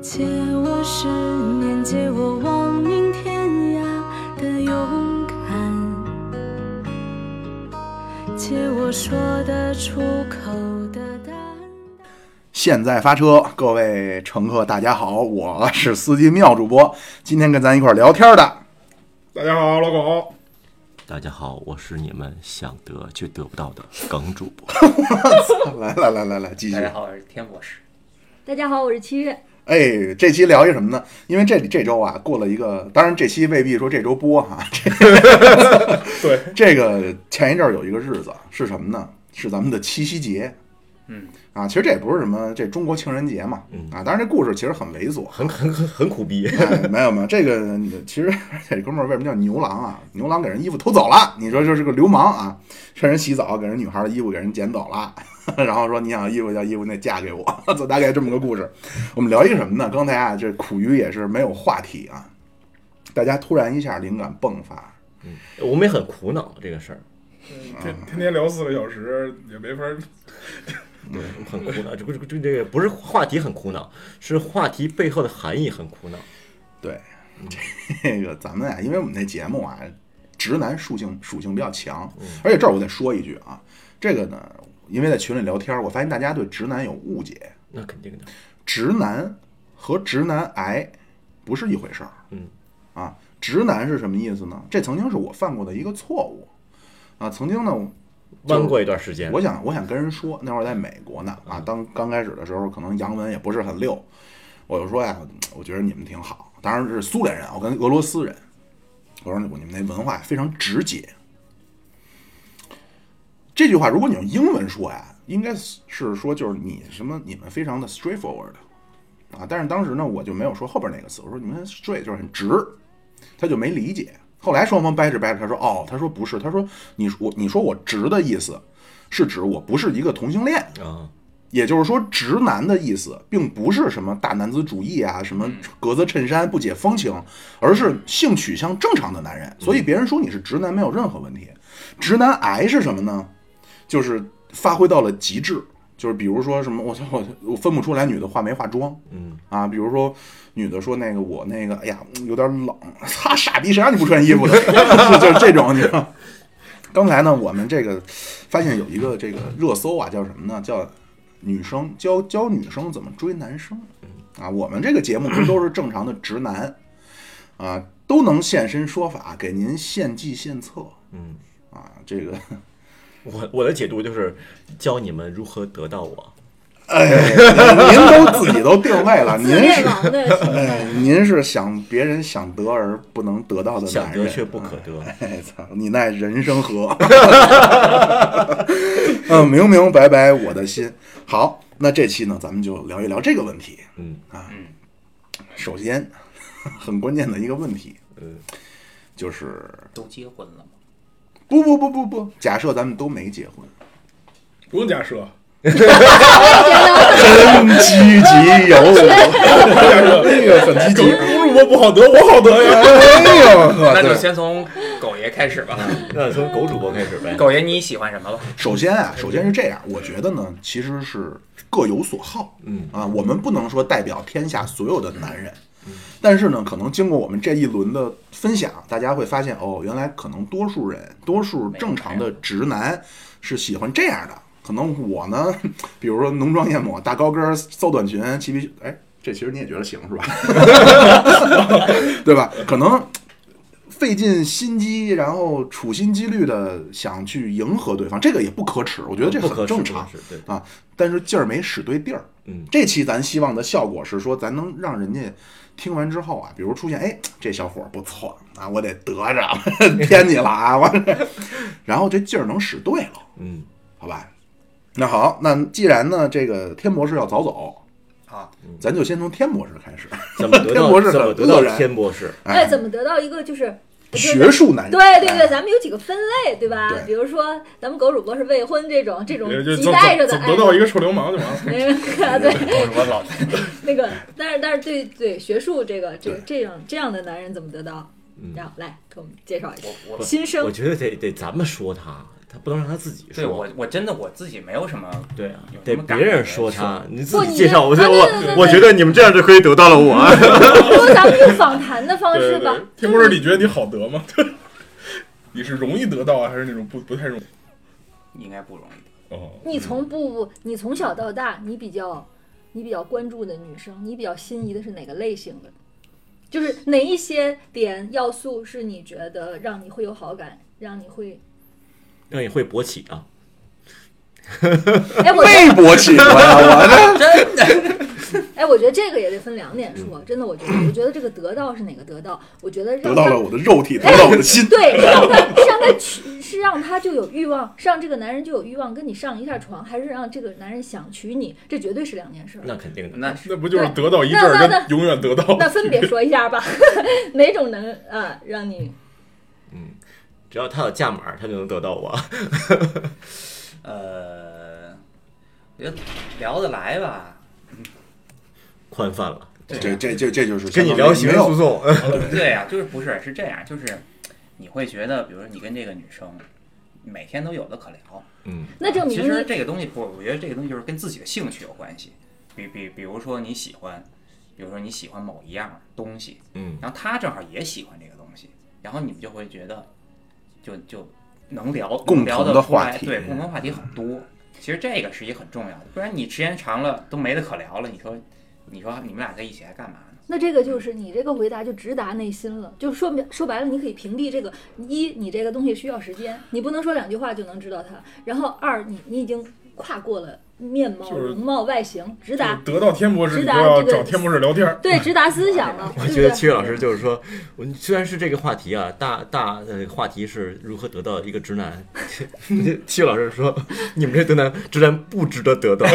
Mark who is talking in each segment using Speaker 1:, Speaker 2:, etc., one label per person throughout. Speaker 1: 借我十年，借我亡命天涯的勇敢，借我说得出口的胆。
Speaker 2: 现在发车，各位乘客，大家好，我是司机妙主播。今天跟咱一块儿聊天的，
Speaker 3: 大家好，老狗。
Speaker 4: 大家好，我是你们想得却得不到的耿主 播。
Speaker 2: 来来来来来，继续
Speaker 5: 大。家好，我是田博士。
Speaker 6: 大家好，我是七月。
Speaker 2: 哎，这期聊一什么呢？因为这这周啊过了一个，当然这期未必说这周播哈、 这
Speaker 3: 对，
Speaker 2: 这个前一阵儿有一个日子是什么呢？是咱们的七夕节。
Speaker 5: 嗯
Speaker 2: 啊，其实这也不是什么，这中国情人节嘛。
Speaker 4: 嗯
Speaker 2: 啊，当然这故事其实很猥琐。
Speaker 4: 很很很很苦逼，
Speaker 2: 哎、 没有没有，这个其实 这哥们儿为什么叫牛郎啊？牛郎给人衣服偷走了，你说这是个流氓啊！趁人洗澡，给人女孩的衣服给人捡走了， 然后说你想要衣服要衣服，那嫁给我， 就大概这么个故事。我们聊一个什么呢？刚才啊，这苦于也是没有话题啊，大家突然一下灵感迸发，
Speaker 7: 我们也很苦恼这个事儿，
Speaker 6: 嗯
Speaker 3: 天天天聊四个小时也没法儿，
Speaker 7: 很苦恼。这不是这这个不是话题很苦恼，是话题背后的含义很苦恼。
Speaker 2: 对，这个咱们啊，因为我们那节目啊，直男属性属性比较强，而且这儿我得说一句啊，这个呢，因为在群里聊天，我发现大家对直男有误解，
Speaker 7: 那肯定的，
Speaker 2: 直男和直男癌不是一回事儿。
Speaker 7: 嗯，
Speaker 2: 啊，直男是什么意思呢？这曾经是我犯过的一个错误啊，曾经呢，
Speaker 7: 弯过一段时间。
Speaker 2: 我想，我想跟人说，那会儿在美国呢，啊，当刚开始的时候，可能洋文也不是很溜，我就说呀，我觉得你们挺好，当然是苏联人，我跟俄罗斯人，我说你们那文化非常直接。这句话如果你用英文说呀，应该是说就是你什么你们非常的 straightforward 啊，但是当时呢我就没有说后边那个词，我说你们 straight 就是很直，他就没理解。后来双方掰扯掰扯，他说哦，他说不是，他说你我你说我直的意思是指我不是一个同性恋，
Speaker 7: 啊，
Speaker 2: 也就是说，直男的意思并不是什么大男子主义啊，什么格子衬衫不解风情，而是性取向正常的男人。所以别人说你是直男没有任何问题。直男癌是什么呢？就是发挥到了极致，就是比如说什么，我我我分不出来女的化没化妆，
Speaker 7: 嗯
Speaker 2: 啊，比如说女的说那个我那个，哎呀，有点冷， 擦，傻逼，谁让你不穿衣服的？ 就就是这种，你知道。刚才呢，我们这个发现有一个这个热搜啊，叫什么呢？叫女生教教女生怎么追男生啊。我们这个节目不都是正常的直男啊，都能现身说法，给您献计献策
Speaker 7: 嗯，
Speaker 2: 啊。这个
Speaker 7: 我我的解读就是教你们如何得到我。
Speaker 2: 您都自己都定位了，
Speaker 6: 自
Speaker 2: 您
Speaker 6: 恋
Speaker 2: 是。
Speaker 6: 王的形象，
Speaker 2: 哎，您是想别人想得而不能得到的
Speaker 7: 想
Speaker 2: 男人，
Speaker 7: 得却不可得
Speaker 2: 哎操，你奈人生何？ 嗯，明明白白我的心。好，那这期呢，咱们就聊一聊这个问题。
Speaker 7: 嗯
Speaker 2: 啊
Speaker 5: 嗯，
Speaker 2: 首先很关键的一个问题
Speaker 7: 嗯，
Speaker 2: 就是
Speaker 5: 都结婚了吗？
Speaker 2: 不不不不不，假设咱们都没结婚，
Speaker 3: 不用假设，
Speaker 2: 真嗯积极有我，
Speaker 3: 不用假 设。
Speaker 2: 那个很积极。
Speaker 3: 主播不好得，我好得呀。
Speaker 2: 哎呦呵，
Speaker 5: 那就
Speaker 2: 对
Speaker 5: 先从狗爷开始吧。
Speaker 7: 那从狗主播开始呗。
Speaker 5: 狗爷你喜欢什么吧？
Speaker 2: 首先啊，首先是这样，我觉得呢，其实是各有所好。
Speaker 7: 嗯
Speaker 2: 啊，我们不能说代表天下所有的男人，但是呢，可能经过我们这一轮的分享，大家会发现哦，原来可能多数人，多数正常的直男是喜欢这样的。可能我呢， 比如说浓妆艳抹、大高跟儿、骚短裙、齐皮，哎，这其实你也觉得行是吧？对吧？可能费尽心机，然后处心积虑的想去迎合对方，这个也不可耻，我觉得这
Speaker 7: 不
Speaker 2: 很
Speaker 7: 可耻
Speaker 2: 正常
Speaker 7: 不可耻对
Speaker 2: 啊。但是劲儿没使对地儿。
Speaker 7: 嗯，
Speaker 2: 这期咱希望的效果是说，咱能让人家听完之后啊，比如出现哎，这小伙儿不错啊，我得得着， 偏你了啊，我这，然后这劲儿能使对了，
Speaker 7: 嗯，
Speaker 2: 好吧？那好，那既然呢，这个天博士要早走，
Speaker 5: 啊，
Speaker 2: 咱就先从天博士开始，
Speaker 7: 怎么得
Speaker 2: 天
Speaker 7: 到
Speaker 2: 博士
Speaker 7: 怎么
Speaker 2: 很
Speaker 7: 得
Speaker 2: 恶
Speaker 7: 到
Speaker 2: 然
Speaker 7: 天博士？
Speaker 6: 哎，怎么得到一个就是？我觉得
Speaker 2: 学术男人，
Speaker 6: 对对对，
Speaker 2: 哎，
Speaker 6: 咱们有几个分类，对吧？
Speaker 2: 对
Speaker 6: 比如说，咱们狗主播是未婚这种这种
Speaker 3: 也就
Speaker 6: 极
Speaker 3: 怎
Speaker 6: 带着
Speaker 3: 怎怎么
Speaker 6: 的爱
Speaker 3: 得到一个臭流氓就完了。
Speaker 6: 哎对
Speaker 5: 狗主播老
Speaker 6: 那个，但是但是对对学术这个这个这样这样的男人怎么得到？然后来给我们介绍一下
Speaker 5: 我我
Speaker 6: 新生
Speaker 7: 我觉得得得咱们说他，他不能让他自己
Speaker 5: 对
Speaker 7: 说
Speaker 5: 我。我真的我自己没有什么
Speaker 7: 对啊
Speaker 5: 有，
Speaker 7: 得
Speaker 5: 什么
Speaker 7: 别
Speaker 5: 感
Speaker 7: 人
Speaker 5: 觉
Speaker 7: 说
Speaker 5: 是
Speaker 7: 他，你
Speaker 6: 不
Speaker 7: 自己
Speaker 6: 你
Speaker 7: 介绍。我
Speaker 6: 啊
Speaker 7: 觉得我
Speaker 6: 对对对，
Speaker 7: 我觉得你们这样就可以得到了我。啊
Speaker 6: 不如咱们用访谈的方式
Speaker 3: 对
Speaker 6: 哦吧
Speaker 3: 对，，听不是你觉得你好得吗？ 你是容易得到啊，还是那种不不太容易？
Speaker 5: 应该不容易。
Speaker 3: 哦，
Speaker 2: 嗯
Speaker 6: 你从不不，你从小到大，你比较你比较关注的女生，你比较心仪的是哪个类型的？就是哪一些点要素是你觉得让你会有好感，让你 会
Speaker 7: 让你会勃起啊！
Speaker 6: 哎，我觉
Speaker 2: 被勃起过呀，我这
Speaker 5: 真的，
Speaker 6: 得哎，我觉得这个也得分两点说，真的，我觉得我觉得这个得到是哪个得到？我觉得
Speaker 2: 嗯得
Speaker 6: 让
Speaker 2: 到了
Speaker 6: 他
Speaker 2: 我的肉体，得到我的心。
Speaker 6: 对，是让他是让他娶，是让他就有欲望，是让这个男人就有欲望跟你上一下床，还是让这个男人想娶你？这绝对是两件事儿。
Speaker 7: 那肯定的，
Speaker 5: 那
Speaker 3: 那不就是得到一阵儿
Speaker 6: 那那那
Speaker 3: 跟永远得到？
Speaker 6: 那分别说一下吧， 哪种能啊让你
Speaker 7: 只要他有价码，他就能得到我。啊
Speaker 5: 呃，觉得聊得来吧。
Speaker 7: 宽泛了，
Speaker 2: 这这这这就是
Speaker 7: 跟你聊刑
Speaker 2: 没
Speaker 7: 事诉
Speaker 2: 有
Speaker 7: 讼，
Speaker 5: 对呀、就是不是是这样，就是你会觉得，比如说你跟这个女生每天都有的可聊，
Speaker 7: 嗯，
Speaker 6: 那证
Speaker 5: 其
Speaker 6: 明
Speaker 5: 实
Speaker 6: 你
Speaker 5: 这个东西不，我觉得这个东西就是跟自己的兴趣有关系。比比，比如说你喜欢，比如说你喜欢某一样东西，
Speaker 7: 嗯，
Speaker 5: 然后他正好也喜欢这个东西，然后你们就会觉得就就能聊
Speaker 2: 共
Speaker 5: 能聊
Speaker 2: 同
Speaker 5: 得
Speaker 2: 的
Speaker 5: 出来
Speaker 2: 话题嗯
Speaker 5: 对，共同话题很多。其实这个是一个很重要的，不然你时间长了都没得可聊了。你说，你说你们俩在一起还干嘛呢？
Speaker 6: 那这个就是你这个回答就直达内心了，就说明说白了，你可以屏蔽这个一，你这个东西需要时间，你不能说两句话就能知道它。然后二，你你已经跨过了面貌、
Speaker 3: 就是
Speaker 6: 容貌、外形，直达
Speaker 3: 得到天博士，
Speaker 6: 直
Speaker 3: 你
Speaker 6: 达
Speaker 3: 就要
Speaker 6: 这个
Speaker 3: 找天博士聊 天儿。
Speaker 6: 对直达思想了，
Speaker 7: 我
Speaker 6: 对不
Speaker 7: 觉得
Speaker 6: 对？
Speaker 7: 七月老师就是说，我虽然是这个话题啊，大大呃话题是如何得到一个直男， 七月老师说 你们这直男直男不值得得到，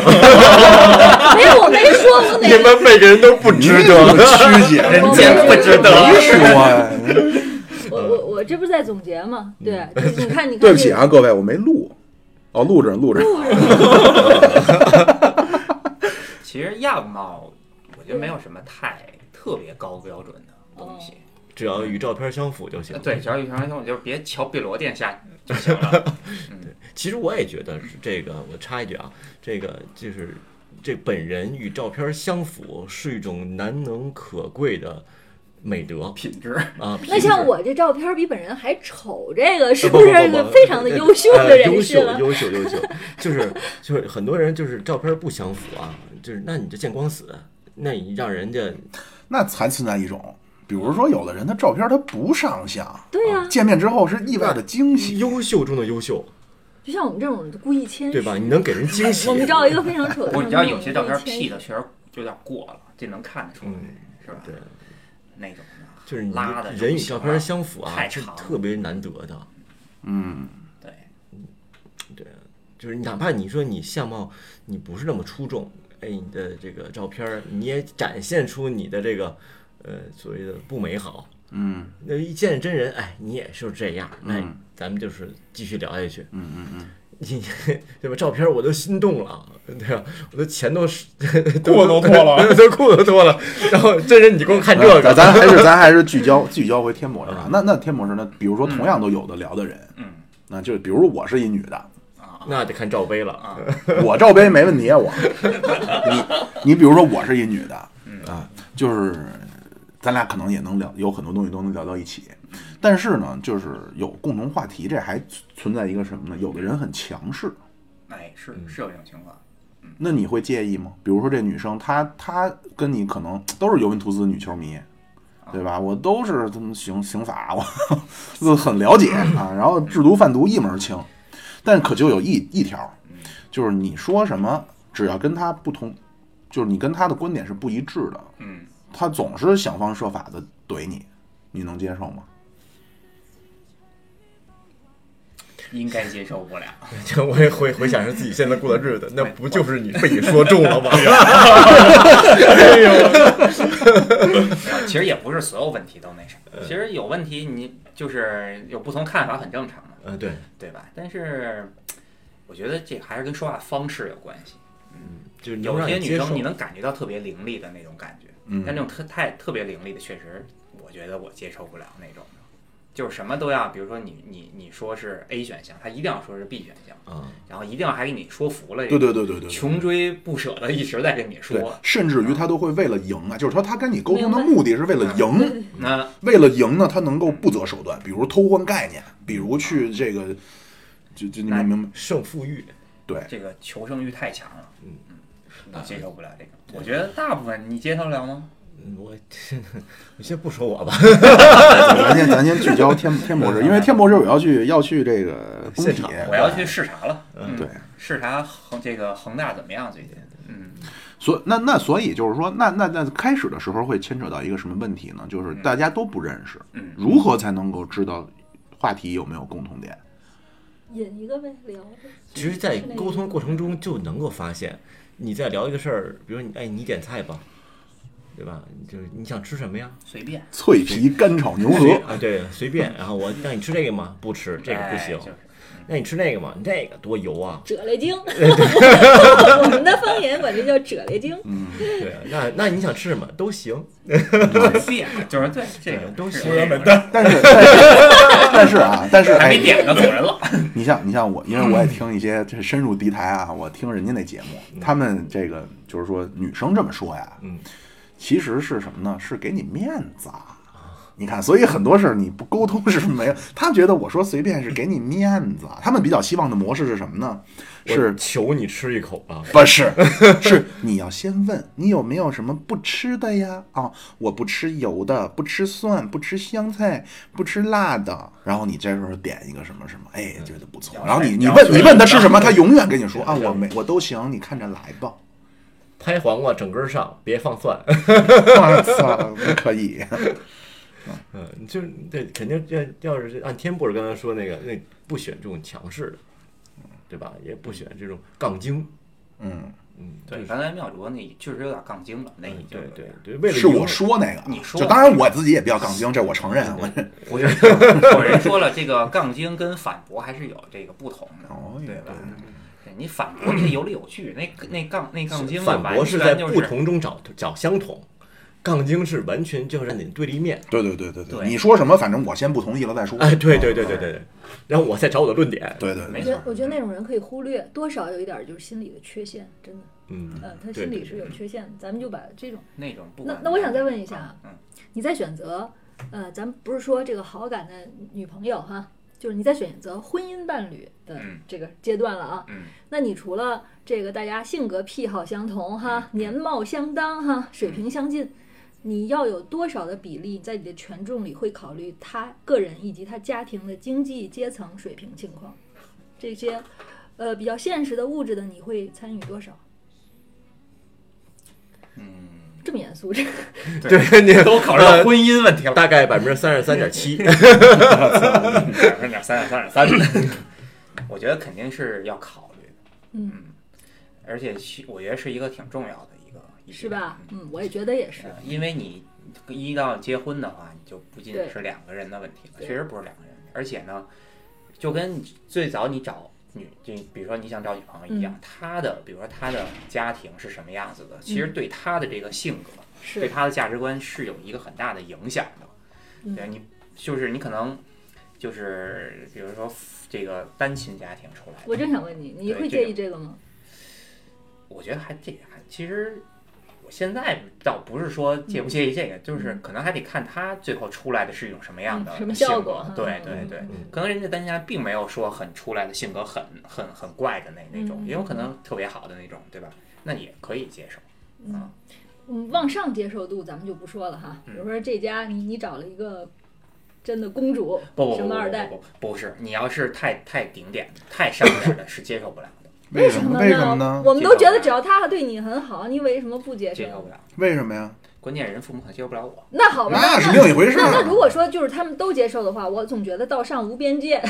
Speaker 6: 没有，我没说我
Speaker 7: 你
Speaker 6: 哪个。
Speaker 7: 们每个人都不值
Speaker 2: 你这
Speaker 7: 得。
Speaker 2: 么曲解，
Speaker 6: 人间不值得
Speaker 2: 没说呀。
Speaker 6: 我我我这不是在总结吗？对，
Speaker 7: 嗯
Speaker 6: 就是 你看你看，
Speaker 2: 对不起，啊，各位，我没录。哦，录着呢录着呢，
Speaker 6: 啊
Speaker 5: 其实样貌，我觉得没有什么太特别高标准的东西。
Speaker 7: 只要与照片相符就行。
Speaker 5: 对，只要有条件，我就是别瞧碧螺殿下就行了。
Speaker 7: 其实我也觉得是这个，我插一句啊，这个就是这本人与照片相符是一种难能可贵的美德
Speaker 5: 品质，
Speaker 7: 啊。
Speaker 6: 那
Speaker 7: 品质
Speaker 6: 像我这照片比本人还丑，这个是
Speaker 7: 呃不
Speaker 6: 不是
Speaker 7: 不不
Speaker 6: 个
Speaker 7: 不
Speaker 6: 非常的优秀的
Speaker 7: 呃
Speaker 6: 人
Speaker 7: 优
Speaker 6: 士
Speaker 7: 秀
Speaker 6: 了？
Speaker 7: 优秀优秀， 就是就是很多人就是照片不相符啊，就是那你就见光死，那你让人 家
Speaker 2: 那才存在一种，比如说有的人他照片他不上相，
Speaker 6: 对
Speaker 7: 哦
Speaker 6: 呀、
Speaker 2: 见面之后是意外的惊喜，
Speaker 7: 优秀中的优秀，
Speaker 6: 就像我们这种故意谦虚，
Speaker 7: 对吧？你能给人惊喜
Speaker 6: 我，们照一个非常丑的，
Speaker 5: 我你知道有些照片 P
Speaker 6: 屁
Speaker 5: 的确实有点过了，这能看得出来，是吧？
Speaker 7: 对，
Speaker 5: 那种的，
Speaker 7: 就是你
Speaker 5: 拉的
Speaker 7: 人与照片相符啊，
Speaker 5: 太
Speaker 7: 这
Speaker 5: 长了
Speaker 7: 特别难得的。
Speaker 5: 对，
Speaker 7: 对，就是哪怕你说你相貌你不是那么出众，哎，你的这个照片儿你也展现出你的这个呃所谓的不美好。
Speaker 2: 嗯，
Speaker 7: 那一见真人，哎，你也是这样，那咱们就是继续聊下去。嗯嗯嗯，你 对吧？照片我都心动了，对吧？我的钱都是
Speaker 3: 裤子都脱 了，
Speaker 7: 都 裤子都脱了，然后真人你给我看这
Speaker 2: 那咱咱
Speaker 7: 个，
Speaker 2: 还是咱还是聚焦聚焦回天博士啊。
Speaker 6: 嗯
Speaker 2: 那那天博士呢？比如说同样都有的聊的人，
Speaker 5: 嗯
Speaker 2: 那就比如我是一女的，
Speaker 5: 啊
Speaker 7: 那得看罩杯了。
Speaker 5: 啊，
Speaker 2: 我罩杯没问题啊，我。你你比如说我是一女的啊，就是咱俩可能也能聊，有很多东西都能聊到一起。但是呢，就是有共同话题，这还存在一个什么呢？有的人很强势，
Speaker 5: 哎，是
Speaker 2: 嗯
Speaker 5: 是有这种情况，
Speaker 2: 那你会介意吗？比如说这女生，她她跟你可能都是尤文图斯女球迷，
Speaker 5: 啊
Speaker 2: 对吧？我都是他们刑刑法，我 就很了解啊。然后制毒贩毒一门清，但可就有一一条，
Speaker 5: 嗯
Speaker 2: 就是你说什么，只要跟她不同，就是你跟她的观点是不一致的，
Speaker 5: 嗯，
Speaker 2: 她总是想方设法的怼你，你能接受吗？
Speaker 5: 应该接受不了。
Speaker 7: 就我也回回想是自己现在过的日子，那不就是你被你说中了吗？
Speaker 5: 没有其实也不是所有问题都那什
Speaker 2: 嗯
Speaker 5: 么，其实有问题你就是有不同看法很正常嘛，
Speaker 7: 嗯，对，
Speaker 5: 对吧？但是我觉得这还是跟说话方式有关系。
Speaker 7: 就是你要
Speaker 5: 有
Speaker 7: 让
Speaker 5: 些
Speaker 7: 人
Speaker 5: 女
Speaker 7: 接受
Speaker 5: 生你能感觉到特别凌厉的那种感觉，
Speaker 2: 嗯
Speaker 5: 但那种特太特别凌厉的，确实我觉得我接受不了那种的。就是什么都要，比如说你你你说是 A 选项，他一定要说是 B 选项，
Speaker 7: 啊，
Speaker 5: 然后一定要还给你说服了，
Speaker 2: 对对对对对，对
Speaker 5: 穷追不舍的一直在跟你
Speaker 2: 对
Speaker 5: 说，，
Speaker 2: 甚至于他都会为了赢啊，就是说他跟你沟通的目的是为了赢，
Speaker 5: 那
Speaker 2: 为了赢呢，他能够不择手段，比如偷换概念，比如去这个，就就你
Speaker 5: 那
Speaker 2: 明明白？
Speaker 7: 胜负欲，
Speaker 2: 对，
Speaker 5: 这个求生欲太强了，
Speaker 7: 嗯
Speaker 5: 嗯，我接受不了这个。我觉得大部分你接受得了吗？
Speaker 7: 嗯我 你先不说我 吧，
Speaker 2: 咱先咱先聚焦天天博士，因为天博士我要去要去这个工
Speaker 7: 现
Speaker 2: 体
Speaker 7: 场，
Speaker 5: 我要去视察了，嗯，
Speaker 2: 对，
Speaker 5: 视察恒这个恒大怎么样最近？嗯，
Speaker 2: 所以那那所以就是说，那那那开始的时候会牵扯到一个什么问题呢？就是大家都不认识，
Speaker 5: 嗯
Speaker 2: 如何才能够知道话题有没有共同点？
Speaker 6: 引一个呗，聊呗。
Speaker 7: 其实，在沟通过程中就能够发现，你在聊一个事儿，比如你哎，你点菜吧，对吧？就是你想吃什么呀？
Speaker 5: 随便，
Speaker 2: 脆皮干炒 牛河，
Speaker 7: 啊，对，随便。然后我让你吃这个吗？不吃，这个不
Speaker 5: 哎
Speaker 7: 行。
Speaker 5: 就是
Speaker 7: 那你吃那个吗？你这个多油 啊！
Speaker 6: 褶 来精， 我们的方言管这叫褶来精。
Speaker 5: 嗯
Speaker 7: 对，那那你想吃什么都行。
Speaker 5: 贱，就是 对这个
Speaker 7: 对嗯都
Speaker 5: 是
Speaker 7: 行
Speaker 3: 我原本但
Speaker 2: 但是但是啊，但是
Speaker 5: 还
Speaker 2: 哎
Speaker 5: 没，点呢，走人了。
Speaker 2: 你像你像我，因为我也听一些这深入敌台啊，我听人家那节目，他们这个就是说女生这么说呀，
Speaker 7: 嗯，
Speaker 2: 其实是什么呢？是给你面子啊。你看，所以很多事儿你不沟通是没有。他觉得我说随便是给你面子啊，他们比较希望的模式是什么呢？
Speaker 7: 我
Speaker 2: 是
Speaker 7: 求你吃一口吧。
Speaker 2: 不是？是你要先问你有没有什么不吃的呀？啊，我不吃油的，不吃蒜，不吃香菜，不吃辣的。然后你这时候点一个什么什么，哎，觉得不错。然后你你问你问他吃什么，他永远跟你说啊，我没我都行，你看着来吧。
Speaker 7: 拍黄瓜整根儿上，别放蒜。
Speaker 2: 我操，不可以。
Speaker 7: 嗯，就是对，肯定要要是按天博士刚才说那个，那不选这种强势的，对吧？也不选这种杠精。
Speaker 2: 嗯，
Speaker 7: 嗯，
Speaker 5: 对，
Speaker 7: 就是
Speaker 5: 刚才妙卓那确实有点杠精了，那已
Speaker 7: 嗯
Speaker 5: 经
Speaker 7: 对对对，为了
Speaker 2: 是
Speaker 7: 赢
Speaker 2: 我说那个啊，
Speaker 5: 你说
Speaker 2: 就当然我自己也比较杠精，这我承认。我
Speaker 5: 有人 有人说了，这个杠精跟反驳还是有这个不同的，
Speaker 2: 哦
Speaker 5: 对吧？ 对你反驳你得有理有据，那那杠那杠精
Speaker 7: 反驳
Speaker 5: 是
Speaker 7: 是在不同中找找相同，杠精是完全就是你对立面。
Speaker 2: 对对对对对，
Speaker 5: 对
Speaker 2: 你说什么，反正我先不同意了再说。
Speaker 7: 哎，对对对对对对，然后我再找我的论点。
Speaker 2: 对对
Speaker 5: 没嗯
Speaker 2: 对，
Speaker 6: 我觉得，我觉得那种人可以忽略，多少有一点儿就是心理的缺陷，真的，
Speaker 7: 嗯，
Speaker 6: 嗯，他
Speaker 7: 对
Speaker 6: 心
Speaker 7: 对
Speaker 6: 理是
Speaker 7: 对
Speaker 6: 有缺陷的。咱们就把这种，
Speaker 5: 那种不
Speaker 6: 那
Speaker 5: 管
Speaker 6: 那我想再问一下啊，
Speaker 5: 嗯，
Speaker 6: 你在选择，呃，咱不是说这个好感的女朋友哈，就是你在选择婚姻伴侣的
Speaker 5: 嗯
Speaker 6: 这个阶段了啊。
Speaker 5: 嗯
Speaker 6: 那你除了这个大家性格癖好相同
Speaker 5: 嗯
Speaker 6: 哈，年貌相当哈，水平相近，你要有多少的比例在你的权重里会考虑他个人以及他家庭的经济阶层水平情况？这些，呃，比较现实的物质的，你会参与多少？嗯，这么严肃，这个
Speaker 7: 对， 你呃
Speaker 5: 都考虑到婚姻问题了，
Speaker 7: 大概百分之三十三点七。
Speaker 5: 百分之点三点三点三，我觉得肯定是要考虑的，
Speaker 6: 嗯
Speaker 5: 而且其我觉得是一个挺重要的一个，一个
Speaker 6: 是吧？
Speaker 5: 嗯，
Speaker 6: 嗯，我也觉得也是。
Speaker 5: 呃因为你一到结婚的话，你就不仅仅
Speaker 6: 对
Speaker 5: 是两个人的问题了，
Speaker 6: 对
Speaker 5: 确实不是两个人，而且呢，就跟你最早你找女，就比如说你想找女朋友一
Speaker 6: 嗯
Speaker 5: 样，她的比如说她的家庭是什么样子的，其
Speaker 6: 嗯
Speaker 5: 实对她的这个性格，对
Speaker 6: 是，
Speaker 5: 他的价值观是有一个很大的影响的。
Speaker 6: 嗯
Speaker 5: 对你就是你可能就是比如说这个单亲家庭出来
Speaker 6: 我
Speaker 5: 的，
Speaker 6: 正想问你，你
Speaker 5: 对
Speaker 6: 会
Speaker 5: 这
Speaker 6: 介
Speaker 5: 个
Speaker 6: 意这个吗？
Speaker 5: 我觉得还这还其实。我现在倒不是
Speaker 6: 嗯
Speaker 5: 说介不介意这个，就是可能还得看他最后出来的是一种什么样的性
Speaker 6: 嗯什
Speaker 5: 格。
Speaker 6: 么效果
Speaker 5: 对
Speaker 6: 嗯
Speaker 5: 对对
Speaker 7: 嗯，
Speaker 5: 可能人家单亲家庭并没有说很出来的性格很很很怪的那那种，
Speaker 6: 嗯
Speaker 5: 也有可能特别好的那种，对吧？那也可以接受。啊
Speaker 6: 嗯，嗯，往上接受度咱们就不说了哈。比
Speaker 5: 嗯
Speaker 6: 如说这家你你找了一个真的公主，
Speaker 5: 不不
Speaker 6: 什
Speaker 5: 不
Speaker 6: 么
Speaker 5: 不
Speaker 6: 二代，
Speaker 5: 不不不是，你要是太太顶点、太上点的是接受 不了的，
Speaker 2: 为
Speaker 6: 什
Speaker 2: 什么？
Speaker 6: 呢？
Speaker 2: 为什么呢？
Speaker 6: 我们都觉得只要他对你很好，你为什么不接
Speaker 5: 接受
Speaker 6: 受
Speaker 5: 不？了。
Speaker 2: 为什么呀？
Speaker 5: 关键人父母可能接受不了我，
Speaker 6: 那好吧，
Speaker 2: 那是
Speaker 6: 那
Speaker 2: 另一回事
Speaker 6: 那
Speaker 2: 儿啊
Speaker 6: 那。如果说就是他们都接受的话，我总觉得到上无边界，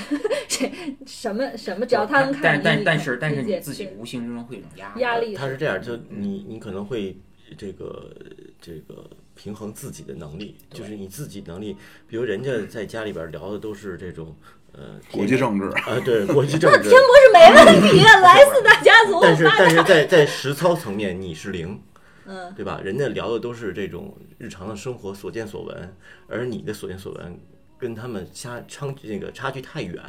Speaker 6: 这什么什么，只要他能看
Speaker 5: 但
Speaker 6: 你
Speaker 5: 但
Speaker 6: 你
Speaker 5: 但是但是
Speaker 6: 理解
Speaker 5: 你自己呃无形之中会有一种压
Speaker 6: 压力
Speaker 7: 他是这样，就你你可能会这个这个平衡自己的能力，就是你自己能力，比如人家在家里边聊的都是这种呃
Speaker 2: 国际政治，
Speaker 7: 啊，对国 际政治
Speaker 6: 天，博是没 问题啊，莱斯大家 族，
Speaker 7: 但是但是在在实操层面你是零，
Speaker 6: 嗯，
Speaker 7: 对吧？人家聊的都是这种日常的生活所见所闻，而你的所见所闻跟他们相差那个差距太远。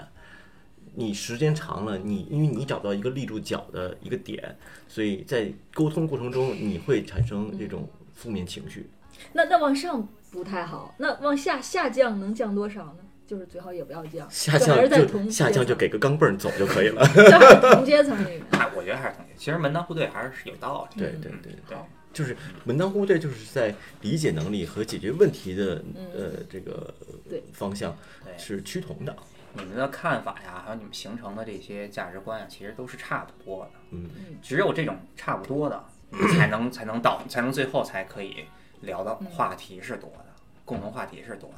Speaker 7: 你时间长了，你因为你找到一个立住脚的一个点，所以在沟通过程中你会产生
Speaker 6: 嗯
Speaker 7: 这种负面情绪。
Speaker 6: 那那往上不太好，那往下下降能降多少呢？就是最好也不要降，
Speaker 7: 下
Speaker 6: 就还是
Speaker 7: 降
Speaker 6: 在同
Speaker 7: 就
Speaker 6: 阶
Speaker 7: 下降就
Speaker 6: 层
Speaker 7: 给个钢镚儿走就可以 了。
Speaker 6: 就还是同阶层里面。
Speaker 5: 哎，我觉得还是同意。其实门当户对还是有道理。
Speaker 7: 对对对
Speaker 5: 对，
Speaker 7: 就是门当户对，就是在理解能力和解决问题的呃这个
Speaker 6: 嗯对
Speaker 7: 方向
Speaker 5: 对
Speaker 7: 是趋同的。
Speaker 5: 你们的看法呀，还有你们形成的这些价值观啊，其实都是差不多的。
Speaker 7: 嗯，
Speaker 5: 只有这种差不多的，你们才能才能到，才能最后才可以聊的话题是多的，共同话题是多的。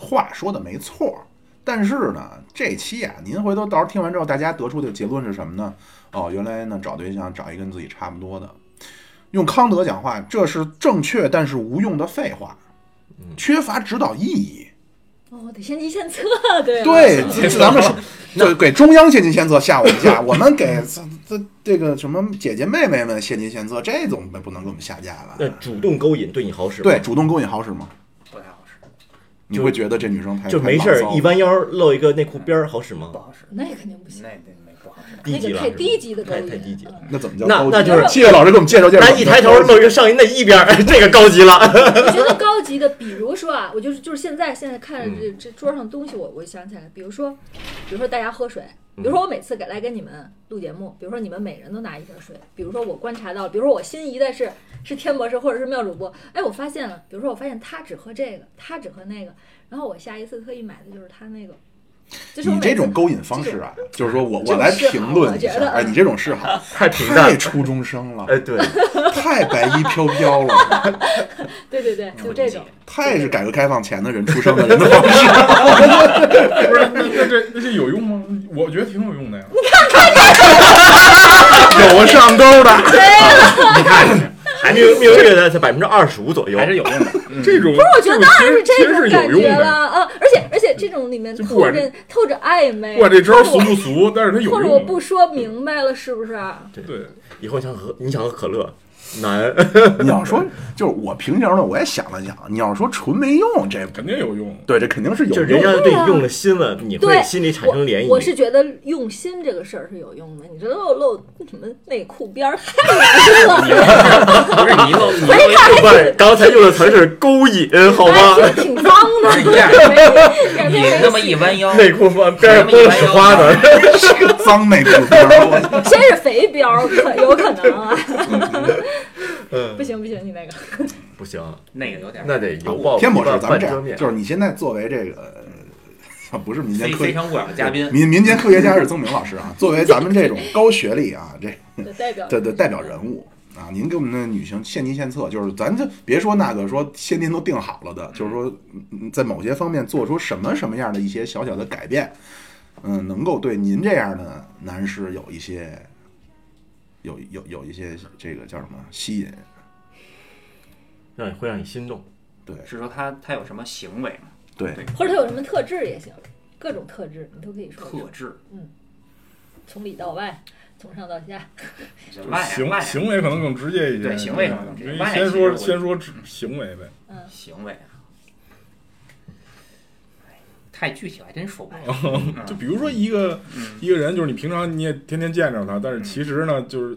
Speaker 2: 话说的没错儿，但是呢，这期啊，您回头到时候听完之后，大家得出的结论是什么呢？哦，原来呢，找对象找一个跟自己差不多的。用康德讲话，这是正确但是无用的废话，
Speaker 7: 嗯
Speaker 2: 缺乏指导意义。
Speaker 6: 哦，得先机先测，对对，
Speaker 2: 对，这 咱们是就给中央献计献策吓我们一下，我们给这这这个什么姐姐妹妹们献计献策，这总不能给我们下架吧
Speaker 7: 那？主动勾引对你好使吗？
Speaker 2: 对，主动勾引好使吗？
Speaker 5: 不太好使，
Speaker 2: 你会觉得这女生太
Speaker 7: 就
Speaker 2: 太
Speaker 7: 没事
Speaker 2: 牢
Speaker 7: 儿
Speaker 2: 骚
Speaker 7: 一弯腰露一个内裤边儿好使吗
Speaker 5: 不？好使，
Speaker 6: 那肯定不行，
Speaker 5: 那那那不好使。
Speaker 7: 低级
Speaker 6: 那
Speaker 7: 了，
Speaker 6: 个太
Speaker 7: 是吧
Speaker 6: 低级的
Speaker 7: 太
Speaker 6: 勾引
Speaker 7: 太低级。
Speaker 6: 嗯
Speaker 2: 那怎么叫
Speaker 7: 那
Speaker 2: 高级
Speaker 7: 那就是
Speaker 2: 谢谢老师给我们介绍介绍。
Speaker 7: 来一抬头露一个上衣内衣边儿，这个高级了。
Speaker 6: 我觉得高级的，比如说啊，我就是就是现在现在看着这这桌上东西我，我想起来，比如说，比如说大家喝水，比如说我每次给来跟你们录节目，比如说你们每人都拿一瓶水，比如说我观察到，比如说我心仪的是是天博士或者是妙主播，哎，我发现了，比如说我发现他只喝这个，他只喝那个，然后我下一次特意买的就是他那个，就是我
Speaker 2: 你
Speaker 6: 每次
Speaker 2: 这种勾引方式啊，就是说我我来
Speaker 6: 这种是好
Speaker 2: 评论一
Speaker 6: 我觉得
Speaker 2: 下，哎，你这种是好，
Speaker 7: 太平淡
Speaker 2: 太初中生了，
Speaker 7: 哎，对，
Speaker 2: 太白衣飘飘 了，
Speaker 6: 对对对，就这种，
Speaker 2: 太是改革开放前的人出生的人 的方式。
Speaker 3: 不是那那这那这有用吗？我觉得挺有用的呀。
Speaker 2: 有上钩的，
Speaker 7: 你看， 还没有没有月的才百分之二十五左右，
Speaker 5: 还是有用的，
Speaker 3: 这种不是，我觉得当
Speaker 6: 当然是
Speaker 3: 其
Speaker 6: 这
Speaker 3: 实是有
Speaker 6: 种感
Speaker 3: 用
Speaker 6: 觉
Speaker 3: 的。
Speaker 6: 了啊！而且而且这种里面
Speaker 3: 就不
Speaker 6: 透
Speaker 3: 管
Speaker 6: 着透着暧昧，
Speaker 3: 不管这招
Speaker 6: 或者
Speaker 3: 俗
Speaker 6: 我
Speaker 3: 不俗，但是它有
Speaker 6: 或
Speaker 3: 用。
Speaker 6: 者我不说明白了，是不啊是？
Speaker 3: 对，
Speaker 7: 以后想喝你想喝可乐难，
Speaker 2: 你要说就是我平常呢，我也想了想，啊你要说纯没用，这
Speaker 3: 肯定有用。
Speaker 2: 对这肯定是有
Speaker 7: 就
Speaker 2: 用
Speaker 7: 人
Speaker 2: 的。
Speaker 7: 家对你用了心了，你
Speaker 6: 对，
Speaker 7: 会心里产生涟漪。
Speaker 6: 我。我是觉得用心这个事儿是有用的，你这露露什么内裤边儿，哎太恶心 了，
Speaker 5: 不是你露你
Speaker 6: 没看
Speaker 7: 不是，刚才用的词儿是勾引，
Speaker 6: 哎
Speaker 7: 好吗？
Speaker 6: 还挺挺脏 的，
Speaker 5: 是这样
Speaker 6: 感
Speaker 5: 你
Speaker 6: 觉
Speaker 5: 那么一弯腰，
Speaker 7: 内裤放边上
Speaker 5: 你那么
Speaker 7: 崩了
Speaker 5: 一弯
Speaker 7: 屎
Speaker 5: 腰啊
Speaker 7: 花呢。
Speaker 2: 脏内裤边儿， 我
Speaker 6: 先是肥膘儿，可有可能啊。
Speaker 7: 嗯
Speaker 6: 不行不行，你那个
Speaker 7: 不行，
Speaker 5: 那个有点
Speaker 7: 那得油爆
Speaker 2: 天博士，咱们
Speaker 7: 半
Speaker 2: 这
Speaker 7: 遮
Speaker 2: 样
Speaker 7: 面，，
Speaker 2: 就是你现在作为这个呃不是民间
Speaker 5: 非
Speaker 2: 科
Speaker 5: 非
Speaker 2: 学
Speaker 5: 诚勿扰的嘉宾，
Speaker 2: 民民间科学家是曾明老师啊，作为咱们这种高学历啊，这
Speaker 7: 嗯
Speaker 6: 的代表
Speaker 2: 的的代表人物啊，您给我们的女性献计献策，就是咱就别说那个说先天都定好了的，就是说嗯在某些方面做出什么什么样的一些小小的改变，嗯，能够对您这样的男士有一些有有有一些这个叫什么吸引，
Speaker 7: 让你会让你心动。
Speaker 2: 对
Speaker 5: 是说他他有什么行为吗？
Speaker 2: 对，
Speaker 6: 或者他有什么特质也行，各种特质你都可以说出，
Speaker 5: 特质，
Speaker 6: 从里到外，从上到下。
Speaker 5: 外啊
Speaker 3: 行
Speaker 5: 外啊
Speaker 3: 行为可能更直接一些。
Speaker 5: 对行为可能更直接
Speaker 3: 因为
Speaker 5: 外
Speaker 3: 先
Speaker 5: 其实
Speaker 3: 说
Speaker 5: 我
Speaker 3: 先说指行为呗。
Speaker 5: 行为啊，哎太具体了，还真说不了。
Speaker 7: 哦
Speaker 5: 嗯
Speaker 3: 就比如说一个一个人，就是你平常你也天天见着他，
Speaker 5: 嗯
Speaker 3: 但是其实呢，就是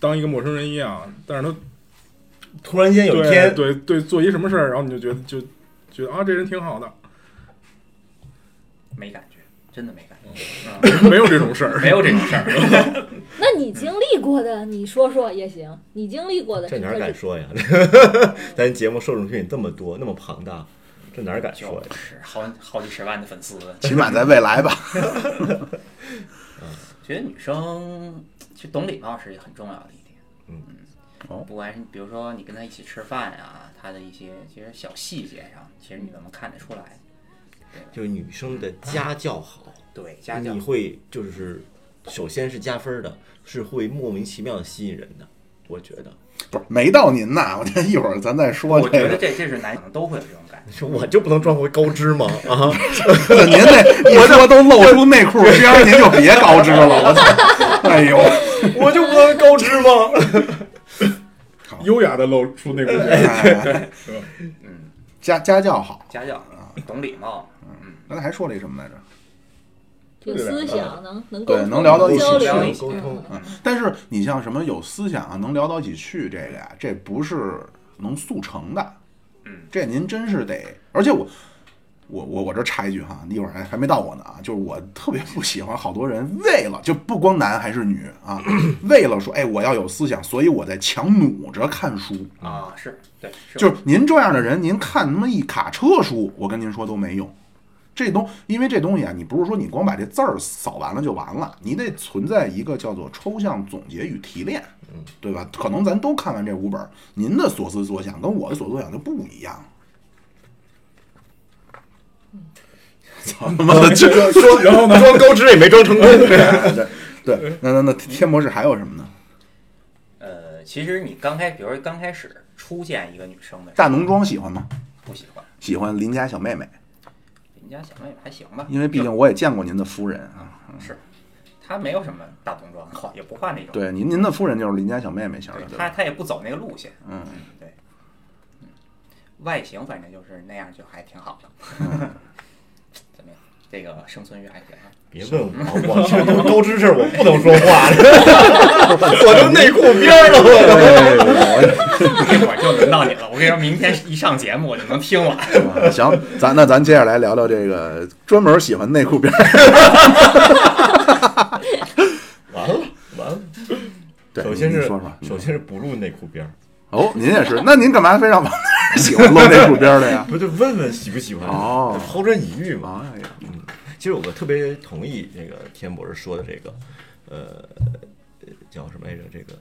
Speaker 3: 当一个陌生人一样。但是他
Speaker 7: 突然间有一天，
Speaker 3: 对对对做一什么事儿，然后你就觉得就觉得啊，这人挺好的，
Speaker 5: 没感觉，真的没感觉，嗯
Speaker 3: 没有这种事儿。
Speaker 5: 没有这种事儿。
Speaker 6: 那你经历过的，你说说也行。你经历过的
Speaker 7: 这
Speaker 6: 是
Speaker 7: 哪
Speaker 6: 特
Speaker 7: 儿敢
Speaker 6: 质，
Speaker 7: 说呀？ 咱节目受众群体这么多，那么庞大，这哪儿敢说呀
Speaker 5: 就？是好好几十万的粉丝，
Speaker 2: 起码在未来吧。
Speaker 5: 觉得女生其实懂礼貌是很重要的一点。
Speaker 7: 嗯
Speaker 2: 哦
Speaker 5: 不管是比如说你跟她一起吃饭啊，她的一些其实小细节上，其实你都能看得出来。
Speaker 7: 就是女生的家教好，
Speaker 2: 嗯
Speaker 5: 对，家教
Speaker 7: 你会就是首先是加分的，是会莫名其妙的吸引人的。我觉得，
Speaker 2: 不是没到您呐，我这一会儿咱再说
Speaker 5: 我觉
Speaker 2: 这
Speaker 5: 得
Speaker 2: 个。
Speaker 5: 这这是男生都会有这种感觉。
Speaker 7: 你说我就不能装回高知吗？啊，
Speaker 2: 您这一说都露出内 裤边儿，您就别高知了，我操！哎呦，
Speaker 7: 我就不能高知吗？
Speaker 3: 优雅的露出那股。
Speaker 2: 哎家家教好。
Speaker 5: 家教啊，
Speaker 2: 嗯
Speaker 5: 懂礼貌，
Speaker 2: 刚才还说了一什么来着？
Speaker 6: 有思想，能能沟
Speaker 2: 对
Speaker 6: 通，
Speaker 2: 能 聊到一起
Speaker 6: 交
Speaker 2: 去
Speaker 6: 流
Speaker 5: 能
Speaker 7: 沟通
Speaker 6: 嗯
Speaker 2: 但是你像什么有思想啊，能聊到一起去，这个呀、这不是能速成的。
Speaker 5: 嗯，
Speaker 2: 这您真是得，而且我。我我我这插一句哈，一会儿还还没到我呢啊，就是我特别不喜欢好多人为了就不光男还是女啊， 为了说哎我要有思想，所以我在强努着看书，
Speaker 5: 啊，是对，
Speaker 2: 嗯
Speaker 5: 是
Speaker 2: 就是您这样的人，您看他妈一卡车书，我跟您说都没用。这东，因为这东西啊，你不是说你光把这字儿扫完了就完了，你得存在一个叫做抽象总结与提炼，对吧？可能咱都看完这五本儿，您的所思所想跟我的所思所想就不一样。操他妈的，嗯呃这个说
Speaker 3: 然后呢
Speaker 7: 装高知也没 装成功。
Speaker 2: 对对，那那那天博士还有什么呢？
Speaker 5: 呃，其实你刚开，比如说刚开始初见一个女生的时
Speaker 2: 大浓妆喜欢吗？
Speaker 5: 候不喜欢，
Speaker 2: 喜欢邻家小妹妹，
Speaker 5: 邻家小妹妹还行吧，
Speaker 2: 因为毕竟我也见过您的夫人啊。
Speaker 5: 是她没有什么大浓妆，好也不化那种，
Speaker 2: 对，您您的夫人就是邻家小妹妹型的，
Speaker 5: 对
Speaker 2: 对
Speaker 5: 她
Speaker 2: 吧？
Speaker 5: 她也不走那个路线，
Speaker 2: 嗯，
Speaker 5: 对，嗯，外形反正就是那样，就还挺好的。
Speaker 7: 嗯
Speaker 5: 怎么样？这个生存欲还行啊。
Speaker 7: 别问我，我这高知事儿我不能说话，我都内裤边儿了，我都。
Speaker 5: 这会儿就轮到你了，我跟你说，明天一上节目我就能听了。
Speaker 7: 哎
Speaker 2: 啊行，咱那咱接下来聊聊这个专门喜欢内裤边儿。
Speaker 7: 完了完了。
Speaker 2: 对，
Speaker 7: 首先
Speaker 2: 您
Speaker 7: 是
Speaker 2: 说嗯说，
Speaker 7: 首先是不露内裤边儿，
Speaker 2: 哦，您也是，那您干嘛非让往那儿喜欢露内裤边儿的呀？
Speaker 7: 不就问问喜不喜欢？
Speaker 2: 哦
Speaker 7: 抛砖引玉嘛。
Speaker 2: 哎呀，
Speaker 7: 其实我特别同意那个天博士说的这个，呃，叫什么来着？这个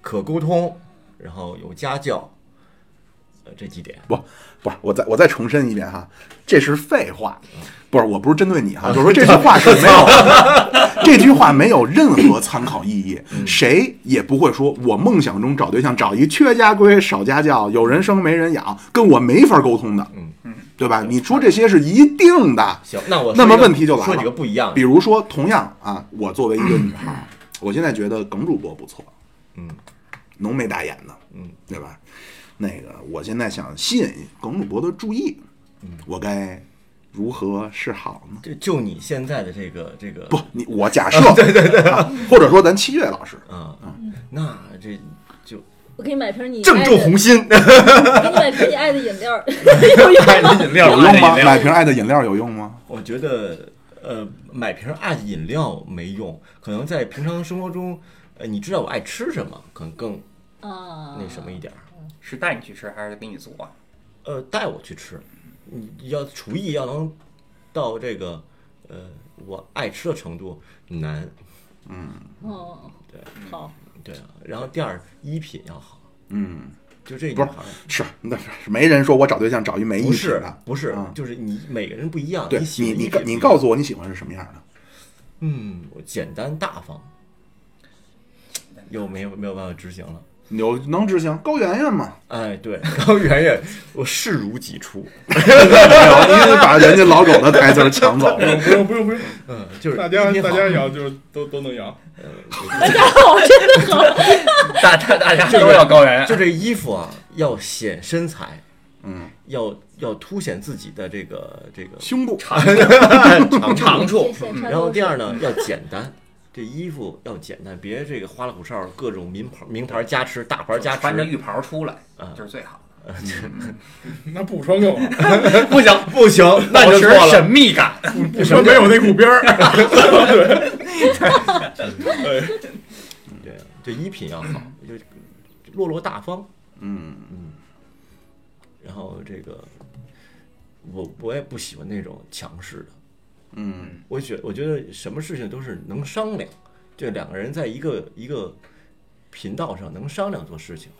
Speaker 7: 可沟通，然后有家教，呃，这几点。
Speaker 2: 不不是，我再我再重申一遍哈，这是废话，不是，我不是针对你哈，就是说这句话是 没有，这句话没有任何参考意义，谁也不会说我梦想中找对象找一缺家规少家教，有人生没人养，跟我没法沟通的，
Speaker 7: 嗯
Speaker 2: 嗯，对吧？你说这些是一定的，
Speaker 7: 行，那我
Speaker 2: 那么
Speaker 7: 说一个
Speaker 2: 问题就来了
Speaker 7: 说几个不一样
Speaker 2: 比
Speaker 7: 的。
Speaker 2: 如说，同样啊，我作为一个女孩儿，我现在觉得耿主播不错，
Speaker 7: 嗯，
Speaker 2: 浓眉大眼的，
Speaker 7: 嗯，
Speaker 2: 对吧？那个，我现在想吸引耿主播的注意，
Speaker 7: 嗯
Speaker 2: 我该如何是好呢？
Speaker 7: 就就你现在的这个这个
Speaker 2: 不，你我假 设，对对对、啊或者说咱七月老师，
Speaker 7: 啊，
Speaker 2: 嗯
Speaker 7: 那这就
Speaker 6: 我给你买瓶你
Speaker 7: 正
Speaker 6: 爱
Speaker 7: 中
Speaker 6: 的
Speaker 7: 红心，
Speaker 6: 我给你买瓶你爱的饮 料，有用
Speaker 7: 爱的饮料
Speaker 2: 有用吗？买瓶爱的饮料有用吗？
Speaker 7: 我觉得，呃，买瓶爱的饮料没用，可能在平常生活中，呃，你知道我爱吃什么，可能更
Speaker 6: 啊？
Speaker 7: 那什么一点儿。
Speaker 5: 是带你去吃还是给你做啊？
Speaker 7: 呃，带我去吃，你要厨艺要能到这个，呃，我爱吃的程度难，
Speaker 6: 哦，
Speaker 7: 对
Speaker 6: 好，
Speaker 7: 对啊。然后第二，衣品要好，
Speaker 2: 嗯，
Speaker 7: 就这女
Speaker 2: 不是
Speaker 7: 孩儿
Speaker 2: 是，那是没人说我找对象找一没意
Speaker 7: 不
Speaker 2: 识
Speaker 7: 是
Speaker 2: 的，
Speaker 7: 不是
Speaker 2: 啊，
Speaker 7: 就是你每个人不一样，
Speaker 2: 对
Speaker 7: 喜
Speaker 2: 你
Speaker 7: 欢
Speaker 2: 你
Speaker 7: 衣品
Speaker 2: 告你
Speaker 7: 不一样
Speaker 2: 告诉我你喜欢是什么样的？
Speaker 7: 嗯，我简单大方，又没有没有办法执行了。
Speaker 2: 有能执行高圆圆吗？
Speaker 7: 哎，对， 高圆圆，我视如己出。
Speaker 2: 没有，因为把人家老狗的台词儿抢走
Speaker 3: 不
Speaker 2: 了。
Speaker 3: 用不用不用不用，
Speaker 7: 嗯，就是
Speaker 3: 大家
Speaker 7: 一天好呃
Speaker 3: 大家摇就是都都能摇，
Speaker 6: 大家好，真的
Speaker 5: 大大大家
Speaker 7: 这个
Speaker 5: 高 原
Speaker 7: 就这衣服啊，要显身材，
Speaker 2: 嗯，
Speaker 7: 要要凸显自己的这个这个
Speaker 2: 胸部
Speaker 7: 长
Speaker 5: 长处
Speaker 6: 谢。谢
Speaker 7: 嗯然后第二，呢，要简单，这衣服要简单，别这个花里胡哨，各种名牌名牌加持，大牌加持。
Speaker 5: 穿着浴袍出来
Speaker 7: 嗯，
Speaker 5: 就是最好
Speaker 3: 那不穿干 嘛？
Speaker 7: 不行不行，那
Speaker 5: 保
Speaker 7: 就
Speaker 5: 持
Speaker 7: 错了。
Speaker 5: 神秘感。
Speaker 3: 不穿没有内裤边儿，
Speaker 7: 对，这衣品要 好，就落落大方。
Speaker 2: 嗯，
Speaker 7: 然后这个，我我也不喜欢那种强势的。
Speaker 2: 嗯，
Speaker 7: 我觉我觉得什么事情都是能商量，这两个人在一个一个频道上能商量做事情，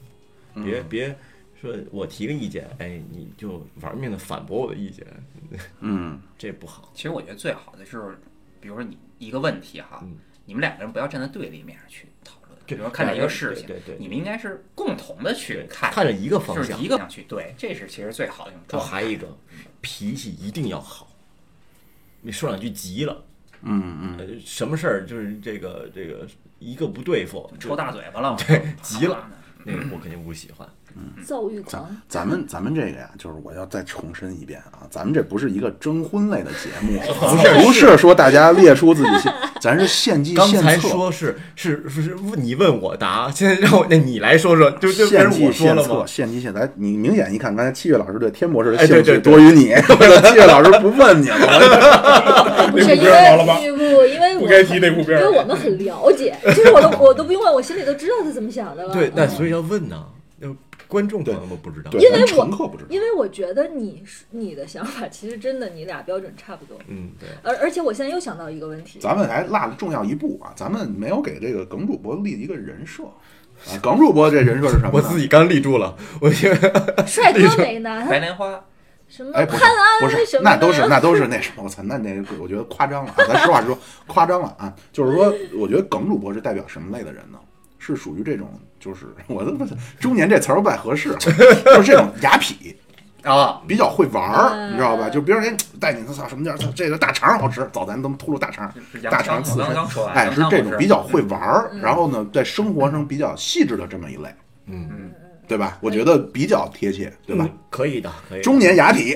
Speaker 5: 嗯
Speaker 7: 别、别说我提个意见，哎，你就玩命的反驳我的意见，
Speaker 2: 嗯，
Speaker 7: 这不好。
Speaker 5: 其实我觉得最好的是，比如说你一个问题哈
Speaker 7: 嗯，
Speaker 5: 你们两个人不要站在对立面上去讨论，比
Speaker 7: 对
Speaker 5: 如说看待一个事情
Speaker 7: 对对对，
Speaker 5: 你们应该是共同的去
Speaker 7: 对，
Speaker 5: 看，
Speaker 7: 看着一个
Speaker 5: 就
Speaker 7: 方
Speaker 5: 是
Speaker 7: 向
Speaker 5: 一。个方向去对，这是其实最好的一种
Speaker 7: 然后
Speaker 5: 状态。
Speaker 7: 还有一个，脾气一定要好，你说两句急了，
Speaker 2: 嗯
Speaker 7: 呃，什么事儿就是这个这个一个不对付，
Speaker 5: 抽大嘴巴了，
Speaker 7: 对急了，那个我肯定不会喜欢。
Speaker 6: 躁郁
Speaker 2: 咱
Speaker 6: 狂，
Speaker 2: 咱们咱们这个呀，就是我要再重申一遍啊，咱们这不是一个征婚类的节 目，不是不是说大家列出自己心，咱是献计
Speaker 7: 刚
Speaker 2: 献
Speaker 7: 才
Speaker 2: 策，
Speaker 7: 说是是是问你问我答，现在让我那你来说说，就就
Speaker 2: 献
Speaker 7: 变成我
Speaker 2: 计
Speaker 7: 说
Speaker 2: 献
Speaker 7: 了
Speaker 2: 策，
Speaker 7: 吗？
Speaker 2: 献计献策。你明显一看，刚才七月老师对天博士的
Speaker 7: 哎
Speaker 2: 兴
Speaker 7: 对
Speaker 2: 趣
Speaker 7: 对对
Speaker 2: 多于 你，七月老师不问你了。
Speaker 6: 哎不是
Speaker 3: 那
Speaker 6: 因
Speaker 3: 不知道毛了吧
Speaker 6: 为不因为
Speaker 3: 不
Speaker 6: 我
Speaker 3: 该提那部
Speaker 6: 因
Speaker 3: 片儿
Speaker 6: 为我们很了解，其实我都我都不用问，我心里都知道他怎么想的了。
Speaker 7: 对，那
Speaker 6: 嗯
Speaker 7: 所以要问呢，那观众朋友们不知道，
Speaker 2: 对，
Speaker 6: 因为
Speaker 2: 咱
Speaker 6: 我
Speaker 2: 乘客不知道。
Speaker 6: 因为我觉得你是你的想法其实真的你俩标准差不多，
Speaker 7: 嗯，对，
Speaker 6: 而而且我现在又想到一个问题，
Speaker 2: 咱们还落了重要一步啊，咱们没有给这个耿主播立一个人设。啊，耿主播这人设是什么呢？
Speaker 7: 我自己刚立住了，我觉得
Speaker 6: 帅哥美男
Speaker 5: 白莲花，
Speaker 6: 什么啊
Speaker 2: 哎，不是不
Speaker 6: 为什
Speaker 2: 是，
Speaker 6: 么
Speaker 2: 那
Speaker 6: 呢
Speaker 2: 都 是那都是那什么，我操，那那个我觉得夸张了啊，咱实话实说，夸张了啊。就是说，我觉得耿主播是代表什么类的人呢？是属于这种，就是我他妈中年这词儿不太合适，啊就是这种雅痞，
Speaker 7: 啊，
Speaker 2: 比较会玩儿，
Speaker 6: 嗯
Speaker 2: 你知道吧？就别人哎带你操什么地儿，操这个大肠好吃，早咱他妈秃噜大肠，
Speaker 5: 杨
Speaker 2: 大
Speaker 5: 刚
Speaker 2: 肠刺
Speaker 5: 刚
Speaker 2: 身
Speaker 5: 刚说完，
Speaker 2: 哎，
Speaker 5: 杨
Speaker 2: 是
Speaker 5: 刚
Speaker 2: 这
Speaker 5: 老
Speaker 2: 种
Speaker 5: 师
Speaker 2: 比较会玩儿，然后呢，在生活上比较细致的这么一类，
Speaker 7: 嗯，
Speaker 2: 对吧？我觉得比较贴切，对吧？
Speaker 7: 嗯可以的，可以。
Speaker 2: 中年雅痞，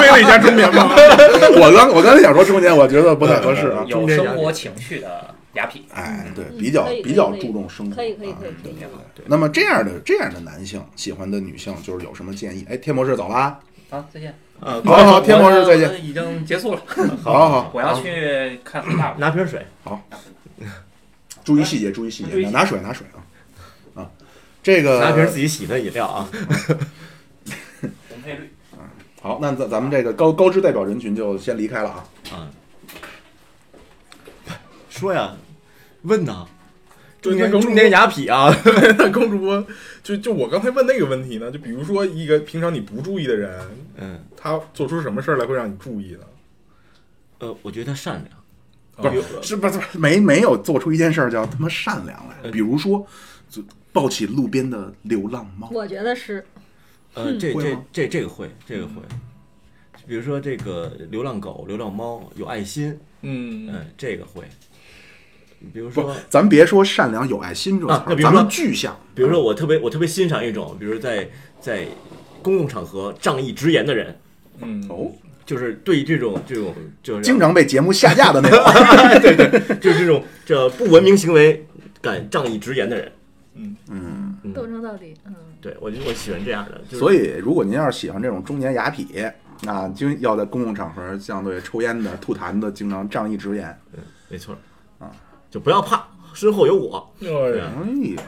Speaker 3: 非了一下中年吗？
Speaker 2: 我刚我刚才想说中年，我觉得不太合适啊。
Speaker 5: 有生活情趣的雅痞，
Speaker 2: 哎，对，
Speaker 6: 嗯
Speaker 2: 比较
Speaker 6: 可以可以
Speaker 2: 比较
Speaker 6: 可以
Speaker 2: 注重生活，
Speaker 6: 可以可以可以
Speaker 2: 啊
Speaker 6: 可以，
Speaker 5: 嗯
Speaker 2: 那么这样的这样的男性喜欢的女性，就是有什么建议？哎，天博士走啦，
Speaker 5: 好，再见。
Speaker 7: 啊，
Speaker 2: 好好，天博士再见，
Speaker 5: 我已经结束了，
Speaker 2: 好好，
Speaker 5: 我要去看恒大了。
Speaker 7: 拿瓶水，
Speaker 2: 注意细节，注意细
Speaker 5: 注意
Speaker 2: 节，
Speaker 5: 细节
Speaker 2: 拿水拿水啊啊，这个
Speaker 7: 拿瓶自己洗的饮料啊。
Speaker 5: 红配绿，
Speaker 2: 好，那咱咱们这个高高知代表人群就先离开了啊。
Speaker 7: 啊，说呀，问呐，
Speaker 3: 对
Speaker 7: 中
Speaker 3: 那
Speaker 7: 年
Speaker 3: 公主
Speaker 7: 中年雅痞啊，
Speaker 3: 那 公主播就就我刚才问那个问题呢，就比如说一个平常你不注意的人，
Speaker 7: 嗯，
Speaker 3: 他做出什么事儿来会让你注意呢？
Speaker 7: 呃，我觉得他善良，
Speaker 3: 不是
Speaker 2: 是不是呃没没有做出一件事儿叫他妈善良来？比如说，就抱起路边的流浪猫，
Speaker 6: 我觉得是
Speaker 7: 呃，这
Speaker 2: 会
Speaker 7: 这
Speaker 2: 吗嗯
Speaker 7: 这这个会，这个会。比如说这个流浪狗、流浪猫有爱心，
Speaker 3: 嗯，
Speaker 7: 嗯，这个会。比如
Speaker 2: 不
Speaker 7: 说，，
Speaker 2: 咱别说善良有爱心这种
Speaker 7: 啊
Speaker 2: 词
Speaker 7: 那
Speaker 2: 儿，
Speaker 7: 比如
Speaker 2: 咱
Speaker 7: 说
Speaker 2: 们具象，
Speaker 7: 比如说我特别我特别欣赏一种，比如在在公共场合仗义直言的人，
Speaker 3: 嗯，
Speaker 2: 哦，
Speaker 7: 就是对这种这种就是
Speaker 2: 经常被节目下架的那种。
Speaker 7: 就是 这种这不文明行为敢仗义直言的人，
Speaker 2: 嗯，
Speaker 7: 嗯
Speaker 6: 斗争到底，嗯，
Speaker 7: 对我就我喜欢这样的。就是
Speaker 2: 所以如果您要是喜欢这种中年雅痞，那就要在公共场合相对抽烟的、吐痰的，经常仗义直言。
Speaker 7: 没错，啊，就不要怕，身后有我
Speaker 3: 哎呀，
Speaker 2: 哎呀，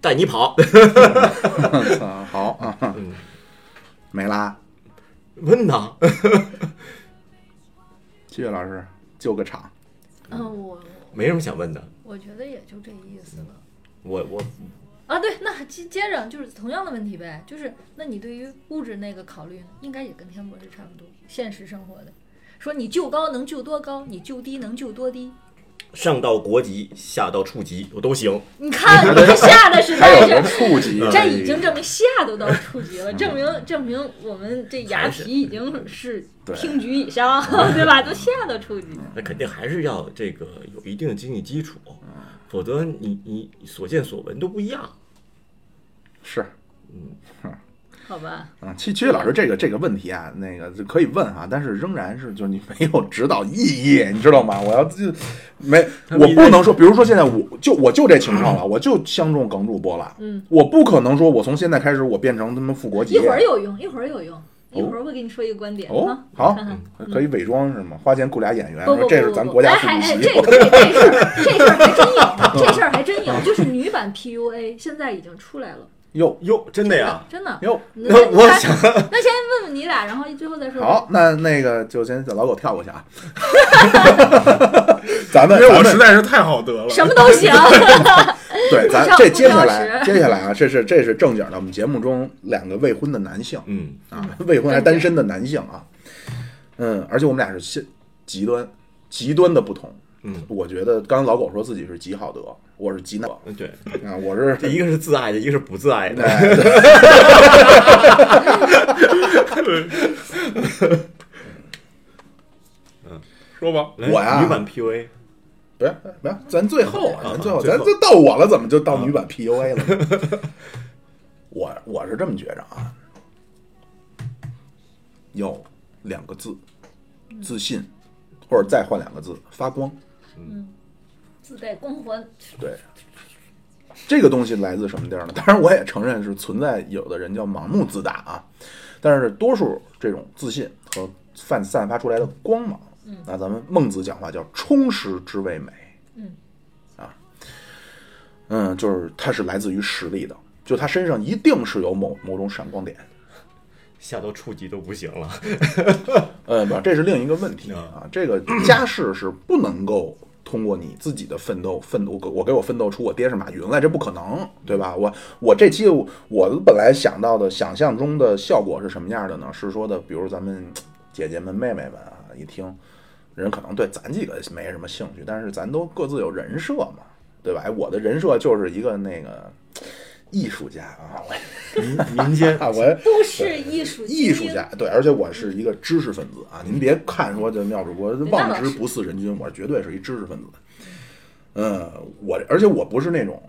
Speaker 7: 带你跑。
Speaker 2: 我操好啊，
Speaker 7: 嗯，
Speaker 2: 没啦，
Speaker 7: 问呐，
Speaker 2: 七月老师救个 场。
Speaker 6: 嗯，我
Speaker 7: 没什么想问的，
Speaker 6: 我觉得也就这意思了。
Speaker 7: 我我
Speaker 6: 啊，对，那接接着就是同样的问题呗，就是那你对于物质那个考虑，应该也跟天博士差不多，现实生活的，说你就高能就多高，你就低能就多低，
Speaker 7: 上到国籍，下到处级，我都行。
Speaker 6: 你看你这下的实
Speaker 2: 还有
Speaker 6: 在
Speaker 2: 个
Speaker 6: 是。
Speaker 2: 触及，
Speaker 6: 这已经证明下都到处级了，证明证明我们这牙
Speaker 7: 还是
Speaker 6: 皮已经是
Speaker 2: 嗯对嗯
Speaker 6: 平局以上，对吧？都下到处级，
Speaker 7: 那肯定还是要这个有一定的经济基础，否则你你你所见所闻都不一样。
Speaker 2: 是。
Speaker 6: 好吧？
Speaker 2: 嗯，其其实老师这个这个问题啊，那个就可以问哈，但是仍然是就是你没有指导意义，你知道吗？我要就没
Speaker 7: 他
Speaker 2: 我
Speaker 7: 们一
Speaker 2: 不能说，比如说现在我就我就这情况了，我就相中耿主播了，
Speaker 6: 嗯，
Speaker 2: 我不可能说我从现在开始我变成他们副国级
Speaker 6: 一会儿有用，一会儿有用，一会儿我给你说一个观点
Speaker 2: 嗯哦
Speaker 6: 啊。，
Speaker 2: 好
Speaker 6: 看
Speaker 7: 嗯
Speaker 6: 看，
Speaker 2: 可以伪装是吗？花钱雇俩演员，
Speaker 6: 不不
Speaker 2: 说
Speaker 6: 不不，
Speaker 2: 这是咱国家
Speaker 6: 哎
Speaker 2: 副
Speaker 6: 还哎，
Speaker 2: 主
Speaker 6: 这
Speaker 2: 席，
Speaker 6: 个这事儿这事儿还真有，这事儿还真有，就是女版 PUA 现在已经出来了，
Speaker 2: 哟
Speaker 7: 哟，真的
Speaker 2: 啊
Speaker 7: 呀？
Speaker 6: 真 的。
Speaker 2: 哟。
Speaker 6: 那
Speaker 7: 那我
Speaker 6: 那
Speaker 7: 想
Speaker 6: 那先问问你俩，然后最后再说。
Speaker 2: 好，，那那个就先老狗跳过去 啊，咱
Speaker 3: 因
Speaker 2: 们
Speaker 3: 为
Speaker 2: 咱
Speaker 3: 哎我
Speaker 2: 们
Speaker 3: 实在是太好得了，
Speaker 6: 什么都 行。
Speaker 2: 对，咱
Speaker 6: 上
Speaker 2: 这
Speaker 6: 不
Speaker 2: 接下
Speaker 6: 标
Speaker 2: 来，
Speaker 6: 识
Speaker 2: 接下来啊，这是这是正经的，我们节目中两个未婚的男性
Speaker 7: 嗯，
Speaker 2: 啊，未婚还单身的男性啊，嗯，而且我们俩是现极端极端的不同，
Speaker 7: 嗯，
Speaker 2: 我觉得刚刚老狗说自己是极好德，我是极难啊，
Speaker 7: 嗯对，
Speaker 2: 我是
Speaker 7: 这一个是自爱的，一个是不自爱的。
Speaker 2: 哎对
Speaker 3: 说吧，
Speaker 7: 来
Speaker 2: 我呀
Speaker 7: 女版 PUA，
Speaker 2: 不要不要，咱最后啊，咱最后，
Speaker 3: 最
Speaker 2: 咱
Speaker 3: 后啊
Speaker 2: 这到我了，怎么就到女版 PUA 了？ 我我是这么觉着啊，有两个字，自信，或者再换两个字，发光。
Speaker 6: 自带光环，
Speaker 2: 对，这个东西来自什么地儿呢？当 然，我也承认是存在有的人叫盲目自大啊，但是多数这种自信和散散发出来的光芒，那咱们孟子讲话叫充实之谓美，嗯，啊，嗯，就是它是来自于实力的，就他身上一定是有某某种闪光点。
Speaker 7: 下到初级都不行了。
Speaker 2: 呃，不，这是另一个问题啊。这个家世是不能够通过你自己的奋斗，奋斗我给我奋斗出我爹是马云来，这不可能，对吧？我我这期我我本来想到的想象中的效果是什么样的呢？是说的，比如咱们姐姐们、妹妹们啊，一听人可能对咱几个没什么兴趣，但是咱都各自有人设嘛，对吧？哎我的人设就是一个那个艺术家啊，
Speaker 7: 民民间
Speaker 2: 我我
Speaker 6: 都是艺术精英哦嗯
Speaker 2: 艺术家，，对，而且我是一个知识分子啊！您别看说这妙主播望之不似人君，我绝对是一知识分子。嗯，我而且我不是那种，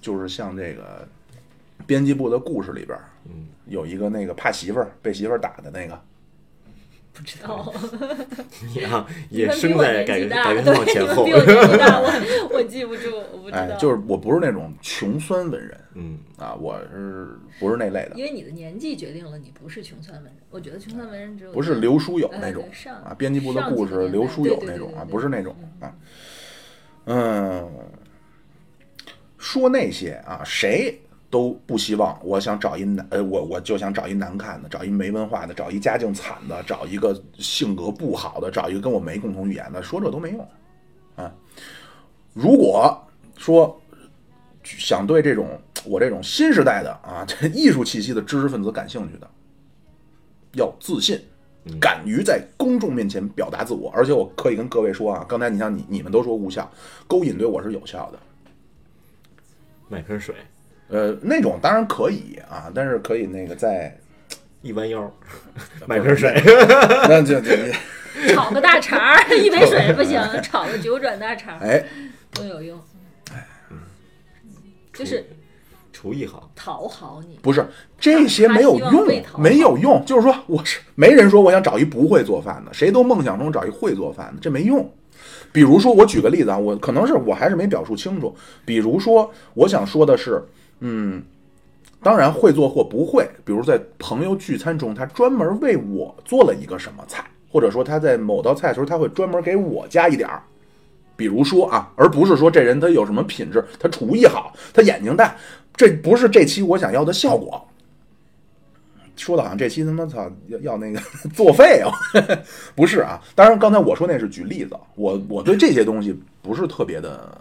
Speaker 2: 就是像这个编辑部的故事里边，嗯，有一个那个怕媳妇儿被媳妇儿打的那个，
Speaker 6: 不知道。
Speaker 7: 你啊，
Speaker 6: 你
Speaker 7: 也
Speaker 6: 们比
Speaker 7: 生
Speaker 6: 我
Speaker 7: 在
Speaker 6: 年
Speaker 7: 改
Speaker 6: 纪
Speaker 7: 革
Speaker 6: 大，
Speaker 7: 改革开放前后
Speaker 6: 对，你，们比我年纪 大，我我记不住，我不知道。
Speaker 2: 哎，就是我不是那种穷酸文人
Speaker 7: 嗯，
Speaker 2: 啊，我是不是那类的
Speaker 6: 因？为你的年纪决定了你不是穷酸文人。我觉得穷酸文人只有
Speaker 2: 不是刘书友那种
Speaker 6: 哎对上
Speaker 2: 啊，编辑部的故事
Speaker 6: 上几个年代
Speaker 2: 刘书友那种啊
Speaker 6: 对对对对，对
Speaker 2: 不是那种啊，嗯，说那些啊，谁都不希望，我想找一男，呃，我我就想找一难看的，找一没文化的，找一家境惨的，找一个性格不好的，找一个跟我没共同语言的，说这都没用啊。如果说想对这种我这种新时代的啊， 这艺术气息的知识分子感兴趣的，要自信，敢于在公众面前表达自我。而且我可以跟各位说啊，刚才你像你你们都说无效，勾引对我是有效的。
Speaker 7: 买瓶水，
Speaker 2: 呃，那种当然可以啊，但是可以那个在
Speaker 7: 一弯腰，买瓶水，
Speaker 2: 那就就
Speaker 6: 炒个大肠 儿，一杯水不行，炒个九转大肠儿
Speaker 2: 哎，
Speaker 6: 更有用。
Speaker 2: 嗯
Speaker 6: 嗯就是
Speaker 7: 厨艺好，
Speaker 6: 讨好你，
Speaker 2: 不是这些没有
Speaker 6: 他希望
Speaker 2: 用
Speaker 6: 被讨，好
Speaker 2: 没有用。就是说，我是没人说我想找一不会做饭的，谁都梦想中找一会做饭的，这没用。比如说，我举个例子啊，我可能是我还是没表述清楚。比如说，我想说的是，嗯，当然会做或不会，比如在朋友聚餐中，他专门为我做了一个什么菜，或者说他在某道菜的时候，他会专门给我加一点儿。比如说啊，而不是说这人他有什么品质，他厨艺好，他眼睛大，这不是这期我想要的效果。说的好像这期他妈操要要那个 作废哦，不是啊。当然，刚才我说那是举例子，我我对这些东西不是特别的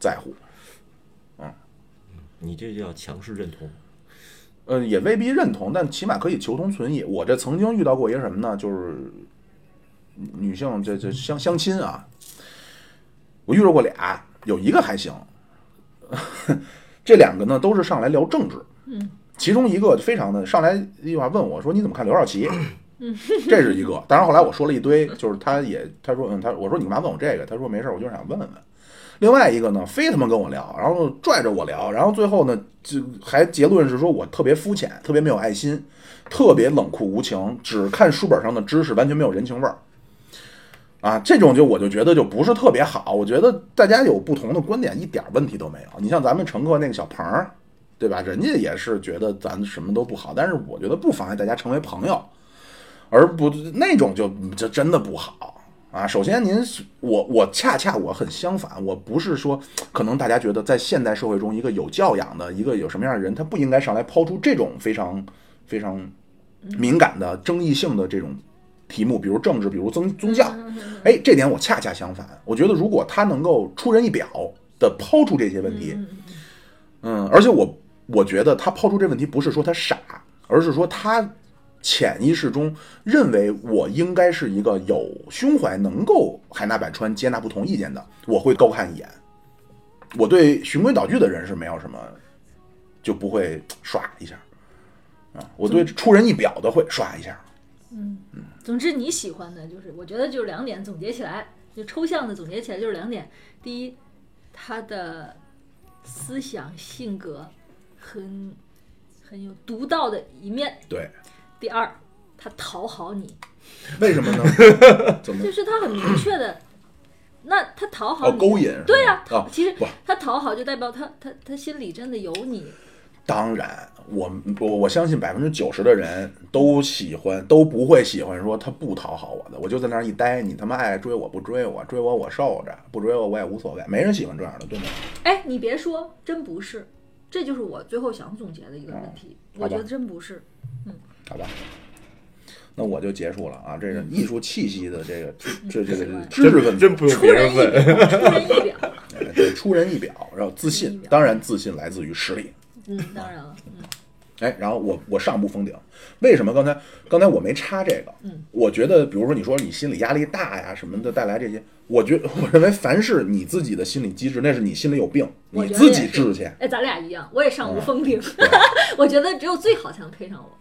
Speaker 2: 在乎，
Speaker 7: 你这叫强势认同。
Speaker 2: 呃，也未必认同，但起码可以求同存异。我这曾经遇到过一个什么呢？就是女性这这相相亲啊，我遇到过俩，有一个还行， 这两个呢都是上来聊政治，嗯，其中一个非常的上来一句话问我说你怎么看刘少奇？这是一个，当然后来我说了一堆，就是他也他说嗯他我说你干嘛问我这个？他说没事儿，我就是想问问。另外一个呢，非他妈跟我聊，然后拽着我聊，然后最后呢，就还结论是说我特别肤浅，特别没有爱心，特别冷酷无情，只看书本上的知识，完全没有人情味儿。啊，这种就我就觉得就不是特别好。我觉得大家有不同的观点，一点问题都没有。你像咱们乘客那个小鹏儿，对吧？人家也是觉得咱什么都不好，但是我觉得不妨碍大家成为朋友，而不那种就这真的不好啊。首先您，是我我恰恰我很相反，我不是说可能大家觉得在现代社会中，一个有教养的，一个有什么样的人，他不应该上来抛出这种非常非常敏感的、争议性的这种题目，比如政治，比如宗宗教。哎，这点我恰恰相反，我觉得如果他能够出人意表的抛出这些问题，嗯，而且我我觉得他抛出这问题不是说他傻，而是说他潜意识中认为我应该是一个有胸怀、能够海纳百川、接纳不同意见的，我会高看一眼。我对循规蹈矩的人是没有什么，就不会唰一下啊。我对出人意表的会唰一下，
Speaker 6: 总之你喜欢的就是，我觉得就是两点总结起来，就抽象的总结起来就是两点：第一，他的思想性格很很有独到的一面；
Speaker 2: 对，
Speaker 6: 第二，他讨好你，
Speaker 2: 为什么 呢？怎么
Speaker 6: 就是他很明确的，那他讨好
Speaker 2: 哦
Speaker 6: 你，
Speaker 2: 勾引？
Speaker 6: 对呀、
Speaker 2: 啊，
Speaker 6: 其实
Speaker 2: 不
Speaker 6: 他讨好就代表他他他心里真的有你，
Speaker 2: 当然，我我我相信百分之九十的人都喜欢，都不会喜欢说他不讨好我的，我就在那儿一待，你他妈爱追我不追我，追我我受着，不追我我也无所谓，没人喜欢这样的，对吗？
Speaker 6: 哎，你别说，真不是，这就是我最后想总结的一个问题。
Speaker 2: 嗯
Speaker 6: 我
Speaker 2: 好吧
Speaker 6: 觉得真不是，
Speaker 2: 好吧，那我就结束了啊，这个艺术气息的 这个这这个知识问 题，
Speaker 7: 真不用
Speaker 6: 出
Speaker 7: 别人
Speaker 6: 人意表，
Speaker 7: 问。
Speaker 6: 出人意表。
Speaker 2: 对出人意表，然后自信，当然自信来自于实力。
Speaker 6: 嗯，当然了，嗯，
Speaker 2: 哎，然后我我上不封顶，为什么刚才刚才我没插这个？
Speaker 6: 嗯，
Speaker 2: 我觉得，比如说你说你心理压力大呀什么的带来这些，我觉我认为凡是你自己的心理机制，那是你心里有病，
Speaker 6: 我
Speaker 2: 你
Speaker 6: 觉得
Speaker 2: 自己
Speaker 6: 也是
Speaker 2: 治去。
Speaker 6: 哎，咱俩一样，我也上无
Speaker 2: 嗯
Speaker 6: 封顶， 我觉得只有最好才能配上我，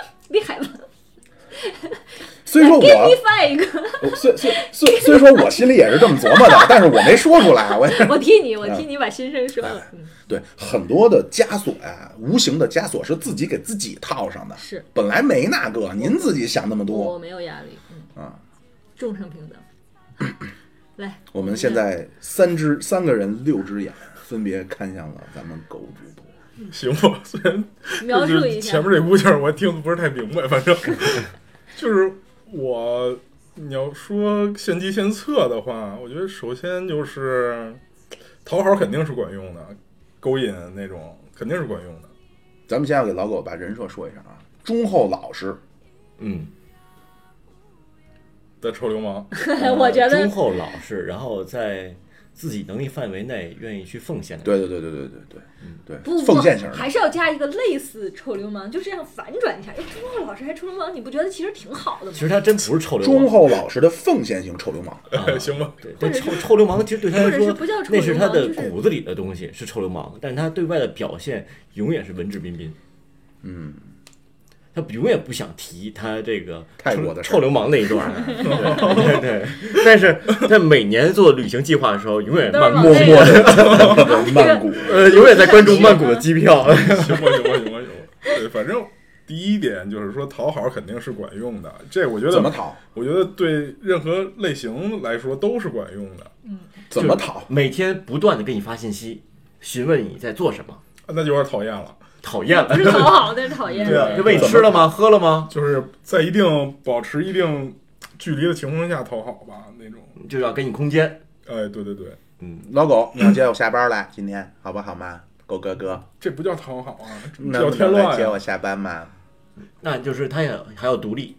Speaker 6: 哎厉害吧？
Speaker 2: 虽说
Speaker 6: 给你
Speaker 2: 我
Speaker 6: 发一个，
Speaker 2: 我虽虽虽虽说我心里也是这么琢 磨的，但是我没说出来。我也
Speaker 6: 我替你，我替你把心声说了。
Speaker 2: 哎
Speaker 6: 嗯，
Speaker 2: 对很多的枷锁呀、无形的枷锁是自己给自己套上的，
Speaker 6: 是
Speaker 2: 本来没那个，您自己想那么
Speaker 6: 我我
Speaker 2: 多。
Speaker 6: 没有压力，嗯
Speaker 2: 啊，
Speaker 6: 众生平等。 来，
Speaker 2: 我们现在三只三个人六只眼分别看向了咱们狗主播。
Speaker 3: 行吧，虽然
Speaker 6: 描
Speaker 3: 就
Speaker 6: 述
Speaker 3: 是
Speaker 6: 一下
Speaker 3: 前面这部分我听的不是太明白，反正就是我你要说献计献策的话，我觉得首先就是讨好肯定是管用的，勾引那种肯定是管用的。
Speaker 2: 咱们现在给老狗把人设说一下啊，忠厚老实，
Speaker 7: 嗯，
Speaker 3: 的臭流氓，
Speaker 7: 呃
Speaker 6: 我觉
Speaker 3: 嗯
Speaker 6: 得
Speaker 7: 忠厚老实，然后在自己能力范围内愿意去奉献的人。
Speaker 2: 对对对对对对对，嗯对
Speaker 6: 不
Speaker 2: 奉
Speaker 6: 不
Speaker 2: 献型的
Speaker 6: 还是要加一个类似臭流氓，就这样反转一下。哎，朱浩老师还臭流氓，你不觉得其实挺好的吗
Speaker 7: 其？实他真不是臭流氓，
Speaker 2: 忠厚老实的奉献型臭流氓。
Speaker 7: 啊
Speaker 3: 行吧？
Speaker 7: 对，
Speaker 6: 或
Speaker 7: 但
Speaker 6: 者
Speaker 7: 臭
Speaker 6: 是
Speaker 7: 臭流氓其实对他来
Speaker 6: 或者是
Speaker 7: 说
Speaker 6: 不叫，臭
Speaker 7: 那是
Speaker 6: 流
Speaker 7: 他
Speaker 6: 氓就
Speaker 7: 的
Speaker 6: 是
Speaker 7: 骨子里的东西，是臭流氓，但是他对外的表现永远是文质彬彬。
Speaker 2: 嗯，
Speaker 7: 他永远不想提他这个
Speaker 2: 泰
Speaker 7: 臭
Speaker 2: 国的事儿
Speaker 7: 臭流氓那一段儿，啊对对。对但是在每年做旅行计划的时候，永远
Speaker 6: 都是
Speaker 7: 曼
Speaker 6: 往
Speaker 7: 谷
Speaker 2: 默
Speaker 6: 那
Speaker 2: 默
Speaker 6: 个
Speaker 2: 的曼谷，
Speaker 7: 呃，永远在关注曼谷的机票。
Speaker 3: 行吧，行吧，行吧，行吧。对，反正第一点就是说讨好肯定是管用的，这我觉得
Speaker 2: 怎么讨？
Speaker 3: 我觉得对任何类型来说都是管用的。
Speaker 2: 怎么讨？
Speaker 7: 每天不断的给你发信息，询问你在做什么，
Speaker 3: 那就有点讨厌了，
Speaker 7: 讨厌
Speaker 6: 不
Speaker 7: 了。
Speaker 6: 是讨好，但是讨厌。
Speaker 3: 对啊
Speaker 7: 就问你吃了吗？喝了吗？
Speaker 3: 就是在一定保持一定距离的情况下讨好吧，那种。
Speaker 7: 就要给你空间。
Speaker 3: 哎，对对对，
Speaker 2: 老狗，你要接我下班来，今天好不好嘛？狗哥哥，
Speaker 3: 这不叫讨好啊，这
Speaker 2: 能
Speaker 3: 叫
Speaker 2: 不
Speaker 3: 添
Speaker 2: 能来
Speaker 3: 乱
Speaker 2: 接
Speaker 3: 呀、啊！
Speaker 2: 我下班 嘛？
Speaker 7: 那就是他也还要独立，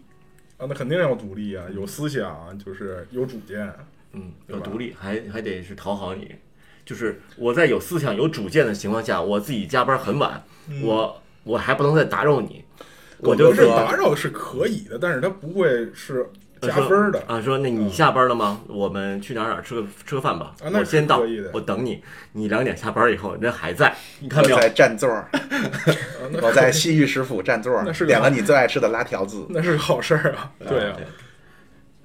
Speaker 3: 那肯定要独立啊，有思想，就是有主见。
Speaker 7: 嗯，
Speaker 3: 对
Speaker 7: 要
Speaker 3: 吧
Speaker 7: 独立，还还得是讨好你。就是我在有思想、有主见的情况下，我自己加班很晚，
Speaker 3: 嗯
Speaker 7: 我我还不能再打扰你，我就
Speaker 3: 不是
Speaker 7: 是
Speaker 3: 打扰是可以的，但是它不会是加分的。
Speaker 7: 啊。说那你下班了吗？我们去哪儿哪儿吃个吃个饭吧。
Speaker 3: 啊那是
Speaker 7: 我先到
Speaker 3: 可以的，
Speaker 7: 我等你。你两点下班以后，人还在，你看
Speaker 2: 我
Speaker 7: 没有？
Speaker 2: 在占座儿，
Speaker 3: 那
Speaker 2: 我在西域食府占座儿
Speaker 3: 那是，个
Speaker 2: 点了你最爱吃的拉条子。
Speaker 3: 那是个好事儿啊，对啊，
Speaker 7: 对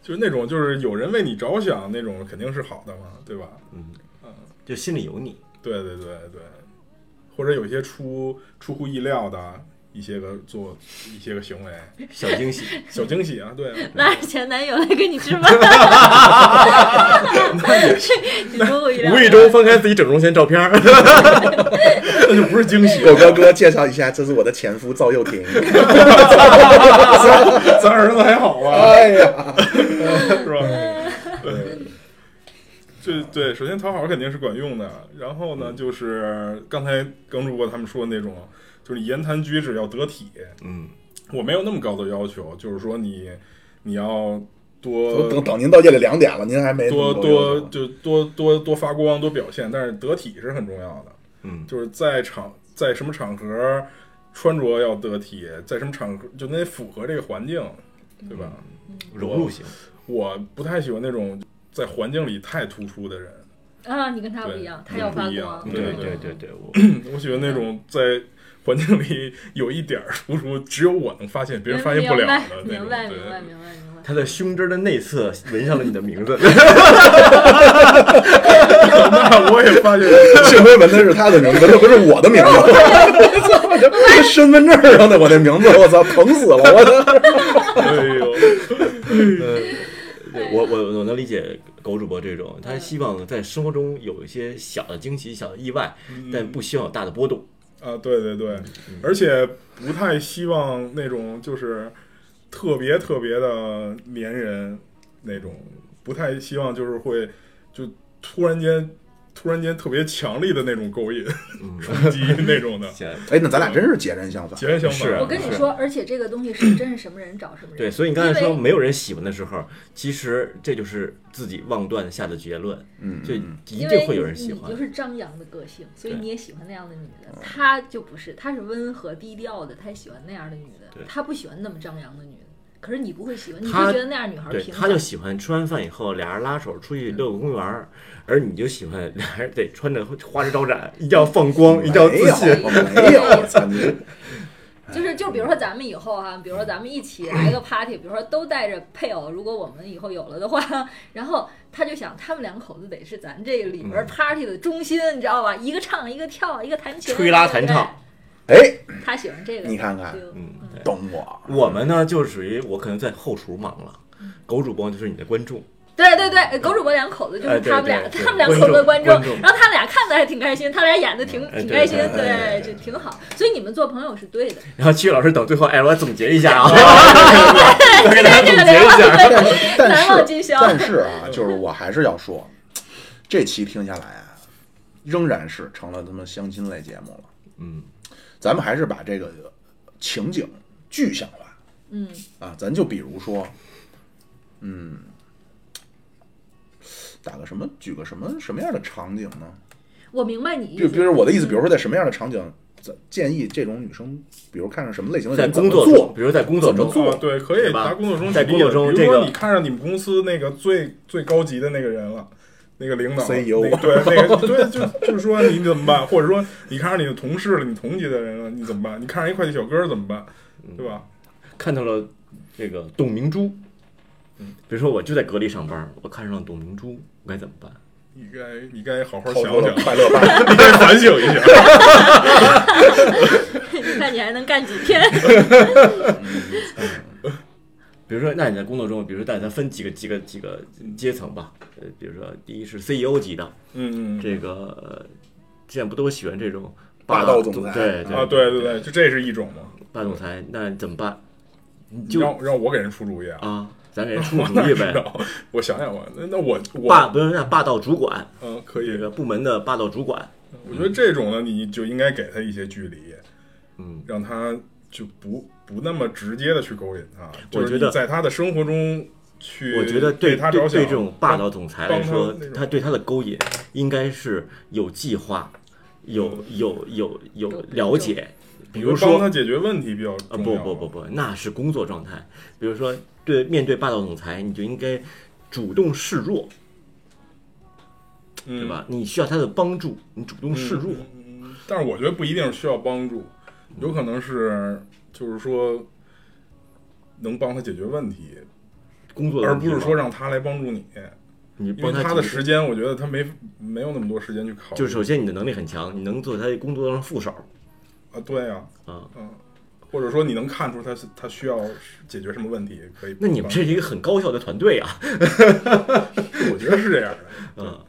Speaker 3: 就是那种就是有人为你着想那种肯定是好的嘛，对吧？
Speaker 7: 就心里有你。
Speaker 3: 对对对对，或者有一些出出乎意料的一些个做一些个行 为，
Speaker 7: 小惊喜，
Speaker 3: 小惊喜啊，对啊，
Speaker 6: 拉着前男友来跟你吃饭，你出乎意 料。
Speaker 7: 无意中翻开 自己整容前照片儿，
Speaker 3: 那就不是惊喜，
Speaker 2: 狗哥哥，介绍一下，这是我的前夫赵又 廷。
Speaker 3: 咱儿子还好啊吧？
Speaker 2: 哎呀，
Speaker 3: 是吧？对，这对，首先讨好肯定是管用的。然后呢，就是刚才耿主播他们说的那种，就是你言谈举止要得体。
Speaker 7: 嗯，
Speaker 3: 我没有那么高的要求，就是说你你要
Speaker 2: 我
Speaker 3: 多
Speaker 2: 等等您到夜里两点了，您还没
Speaker 3: 多
Speaker 2: 弄够
Speaker 3: 多就多多多发光，多表现，但是得体是很重要的。
Speaker 7: 嗯
Speaker 3: 就是在场在什么场合穿着要得体，在什么场合就那得符合这个环境，对吧？
Speaker 7: 融入型。
Speaker 3: 我不太喜欢那种在环境里太突出的人，
Speaker 6: 啊，你跟他不一样，他要发
Speaker 3: 不一样
Speaker 6: 光。
Speaker 3: 对
Speaker 7: 对对对，我
Speaker 3: 嗯我喜欢那种在环境里有一点儿突出，只有我能发现，别人发现不了
Speaker 6: 明白
Speaker 3: 的那种。
Speaker 6: 明白，
Speaker 3: 对
Speaker 6: 明白，明白，明白。
Speaker 7: 他的胸针的内侧纹上了你的名字，
Speaker 3: 那 我也 发现，
Speaker 2: 幸亏纹的是他的名字，那不是我的名 字。这身份证上的我那名字，我操，疼死了！我操，
Speaker 3: 哎呦，
Speaker 7: 对我我我能理解狗主播这种，他希望在生活中有一些小的惊喜、小的意外，但不希望有大的波动。
Speaker 3: 啊，对对对，而且不太希望那种就是特别特别的粘人那种，不太希望就是会就突然间突然间特别强力的那种勾引、
Speaker 7: 嗯
Speaker 3: 冲击那种的，
Speaker 7: 行
Speaker 2: 哎，那咱俩真是截然相反。
Speaker 3: 截然相
Speaker 7: 是啊
Speaker 3: 反。
Speaker 6: 我跟你说，而且这个东西是真是什么人找什么人。
Speaker 7: 对，所以你刚才
Speaker 6: 因
Speaker 7: 说
Speaker 6: 为
Speaker 7: 没有人喜欢的时候，其实这就是自己妄断下的结论，
Speaker 2: 嗯，
Speaker 7: 就一
Speaker 6: 因
Speaker 7: 定
Speaker 6: 为
Speaker 7: 会有人喜
Speaker 6: 你
Speaker 7: 欢
Speaker 6: 就。是张扬的个性，所以
Speaker 7: 对嗯
Speaker 6: 你也喜欢那样的女的。他就不是，他是温和低调的，他也喜欢那样的女的
Speaker 7: 对，
Speaker 6: 他不喜欢那么张扬的女的。可是你不会喜欢，你
Speaker 7: 他
Speaker 6: 会觉得那样女孩
Speaker 7: 对，
Speaker 6: 平嗯
Speaker 7: 他
Speaker 6: 凡。
Speaker 7: 就喜欢吃完饭以后俩人拉手出去遛个公园儿，而你就喜欢俩人得穿着花枝招展，一定要放光，一定要自信。
Speaker 2: 没有，没有，我操 你！
Speaker 6: 就是就比如说咱们以后哈、比如说咱们一起来个 party，比如说都带着配偶，如果我们以后有了的话，然后他就想他们两口子得是咱这个里
Speaker 7: 嗯
Speaker 6: 边 party 的中心，你知道吧？一个唱，一个跳，一个弹琴，
Speaker 7: 吹拉弹唱
Speaker 2: 哎，
Speaker 6: 对。他喜欢这个，
Speaker 2: 你看看
Speaker 6: 对
Speaker 7: 嗯，对。
Speaker 2: 懂我。
Speaker 7: 我们呢就属于我可能在后厨忙了，狗主播就是你的观众，
Speaker 6: 对对对，狗主播两口子就是他们俩，
Speaker 7: 嗯哎对对对
Speaker 6: 他们两口子的
Speaker 7: 观
Speaker 6: 观
Speaker 7: 众
Speaker 6: 然后他们俩看的还挺开心，他俩演的挺
Speaker 7: 哎
Speaker 6: 挺
Speaker 7: 对
Speaker 6: 开心，
Speaker 7: 对对
Speaker 6: 对，就挺好。所以你们做朋友是对的，
Speaker 7: 然后七月老师等最后，哎，我来总结一下啊，
Speaker 6: 今
Speaker 7: 给大
Speaker 6: 天
Speaker 7: 家
Speaker 6: 这
Speaker 7: 总结
Speaker 6: 个聊
Speaker 7: 一下。
Speaker 6: 到
Speaker 2: 但但
Speaker 6: 难忘今
Speaker 2: 是
Speaker 6: 宵
Speaker 2: 但是啊，就是我还是要说，这期听下来啊，仍然是成了他们相亲类节目了。
Speaker 7: 嗯，
Speaker 2: 咱们还是把这个情景具象化
Speaker 6: 嗯，
Speaker 2: 啊，咱就比如说，嗯，打个什么，举个什么什么样的场景呢？
Speaker 6: 我明白你意
Speaker 2: 就
Speaker 6: 思。
Speaker 2: 比如我的意思，比如说在什么样的场景，咱建议这种女生，比如看上什么类型的
Speaker 7: 在
Speaker 2: 人，
Speaker 7: 工作
Speaker 2: 怎么做
Speaker 7: 中，比如在工作
Speaker 2: 怎
Speaker 7: 中
Speaker 2: 么，做
Speaker 3: 啊，对，可以
Speaker 7: 对吧
Speaker 3: 拿工作中
Speaker 7: 在
Speaker 3: 举例
Speaker 7: 工作
Speaker 3: 子
Speaker 7: 中
Speaker 3: 比
Speaker 7: 这
Speaker 3: 如
Speaker 7: 个
Speaker 3: 说你看上你们公司那个最最高级的那个人了，那个领导
Speaker 7: E
Speaker 2: CEO
Speaker 3: 那个对，那个对，就就是说你怎么办？或者说你看上你的同事了，你同级的人了，你怎么办？你看上一会计小哥儿怎么办？
Speaker 7: 嗯
Speaker 3: 对吧？
Speaker 7: 看到了这个董明珠，嗯，比如说我就在格力上班，我看上了董明珠，我该怎么办？
Speaker 3: 你该你该好好
Speaker 2: 掏
Speaker 3: 想
Speaker 2: 出了
Speaker 3: 想，
Speaker 2: 快乐吧。
Speaker 3: 你该反省一下。
Speaker 6: 你看你还能干几天？
Speaker 7: 比如说，那你在工作中，比如说，但咱分几个几个几个阶层吧，呃，比如说，第一是 CEO 级的，
Speaker 3: 嗯嗯
Speaker 7: 这个呃现在不都喜欢这种
Speaker 2: 霸道总裁
Speaker 7: 对
Speaker 3: 嗯，啊，对对对，就这是一种嘛。
Speaker 7: 霸总裁，那怎么办？你
Speaker 3: 你
Speaker 7: 就
Speaker 3: 让让我给人出主意啊！
Speaker 7: 啊，咱给人出主意 呗。
Speaker 3: 然后我想想吧，那那我
Speaker 7: 霸
Speaker 3: 我
Speaker 7: 不是那霸道主管，
Speaker 3: 嗯可
Speaker 7: 这
Speaker 3: 以，
Speaker 7: 个部门的霸道主管，
Speaker 3: 我觉得这种呢，你就应该给他一些距离。
Speaker 7: 嗯，
Speaker 3: 让他就不不那么直接的去勾引他，就
Speaker 7: 我
Speaker 3: 是
Speaker 7: 觉得
Speaker 3: 你在他的生活中去，
Speaker 7: 我觉得
Speaker 3: 对
Speaker 7: 对
Speaker 3: 他
Speaker 7: 对
Speaker 3: 着想，
Speaker 7: 这种霸道总裁来说
Speaker 3: 帮他那，种
Speaker 7: 他对他的勾引应该是有计划，有
Speaker 3: 嗯
Speaker 7: 有有有了解，比如
Speaker 3: 帮
Speaker 7: 说
Speaker 3: 他解决问题比较
Speaker 7: 啊，
Speaker 3: 重要。
Speaker 7: 不不不，不，那是工作状态。比如说，对面对霸道总裁，你就应该主动示弱，
Speaker 3: 嗯、
Speaker 7: 对吧？你需要他的帮助，你主动
Speaker 3: 嗯？
Speaker 7: 示弱。
Speaker 3: 嗯但是我觉得不一定需要帮助，有可能是就是说能帮他解决问题，
Speaker 7: 工作的
Speaker 3: 而
Speaker 7: 问
Speaker 3: 不
Speaker 7: 题
Speaker 3: 是
Speaker 7: 嘛
Speaker 3: 说让他来帮助你，
Speaker 7: 你
Speaker 3: 因为
Speaker 7: 帮
Speaker 3: 他
Speaker 7: 解
Speaker 3: 的
Speaker 7: 决
Speaker 3: 时间，我觉得他没没有那么多时间去考虑。
Speaker 7: 就是首先你的能力很强，你能做他的工作上副手
Speaker 3: 啊，对啊，
Speaker 7: 啊。
Speaker 3: 嗯。或者说你能看出他是他需要解决什么问题，可以。
Speaker 7: 那你们这是一个很高效的团队啊，
Speaker 3: 我觉得是这样的。
Speaker 7: 嗯。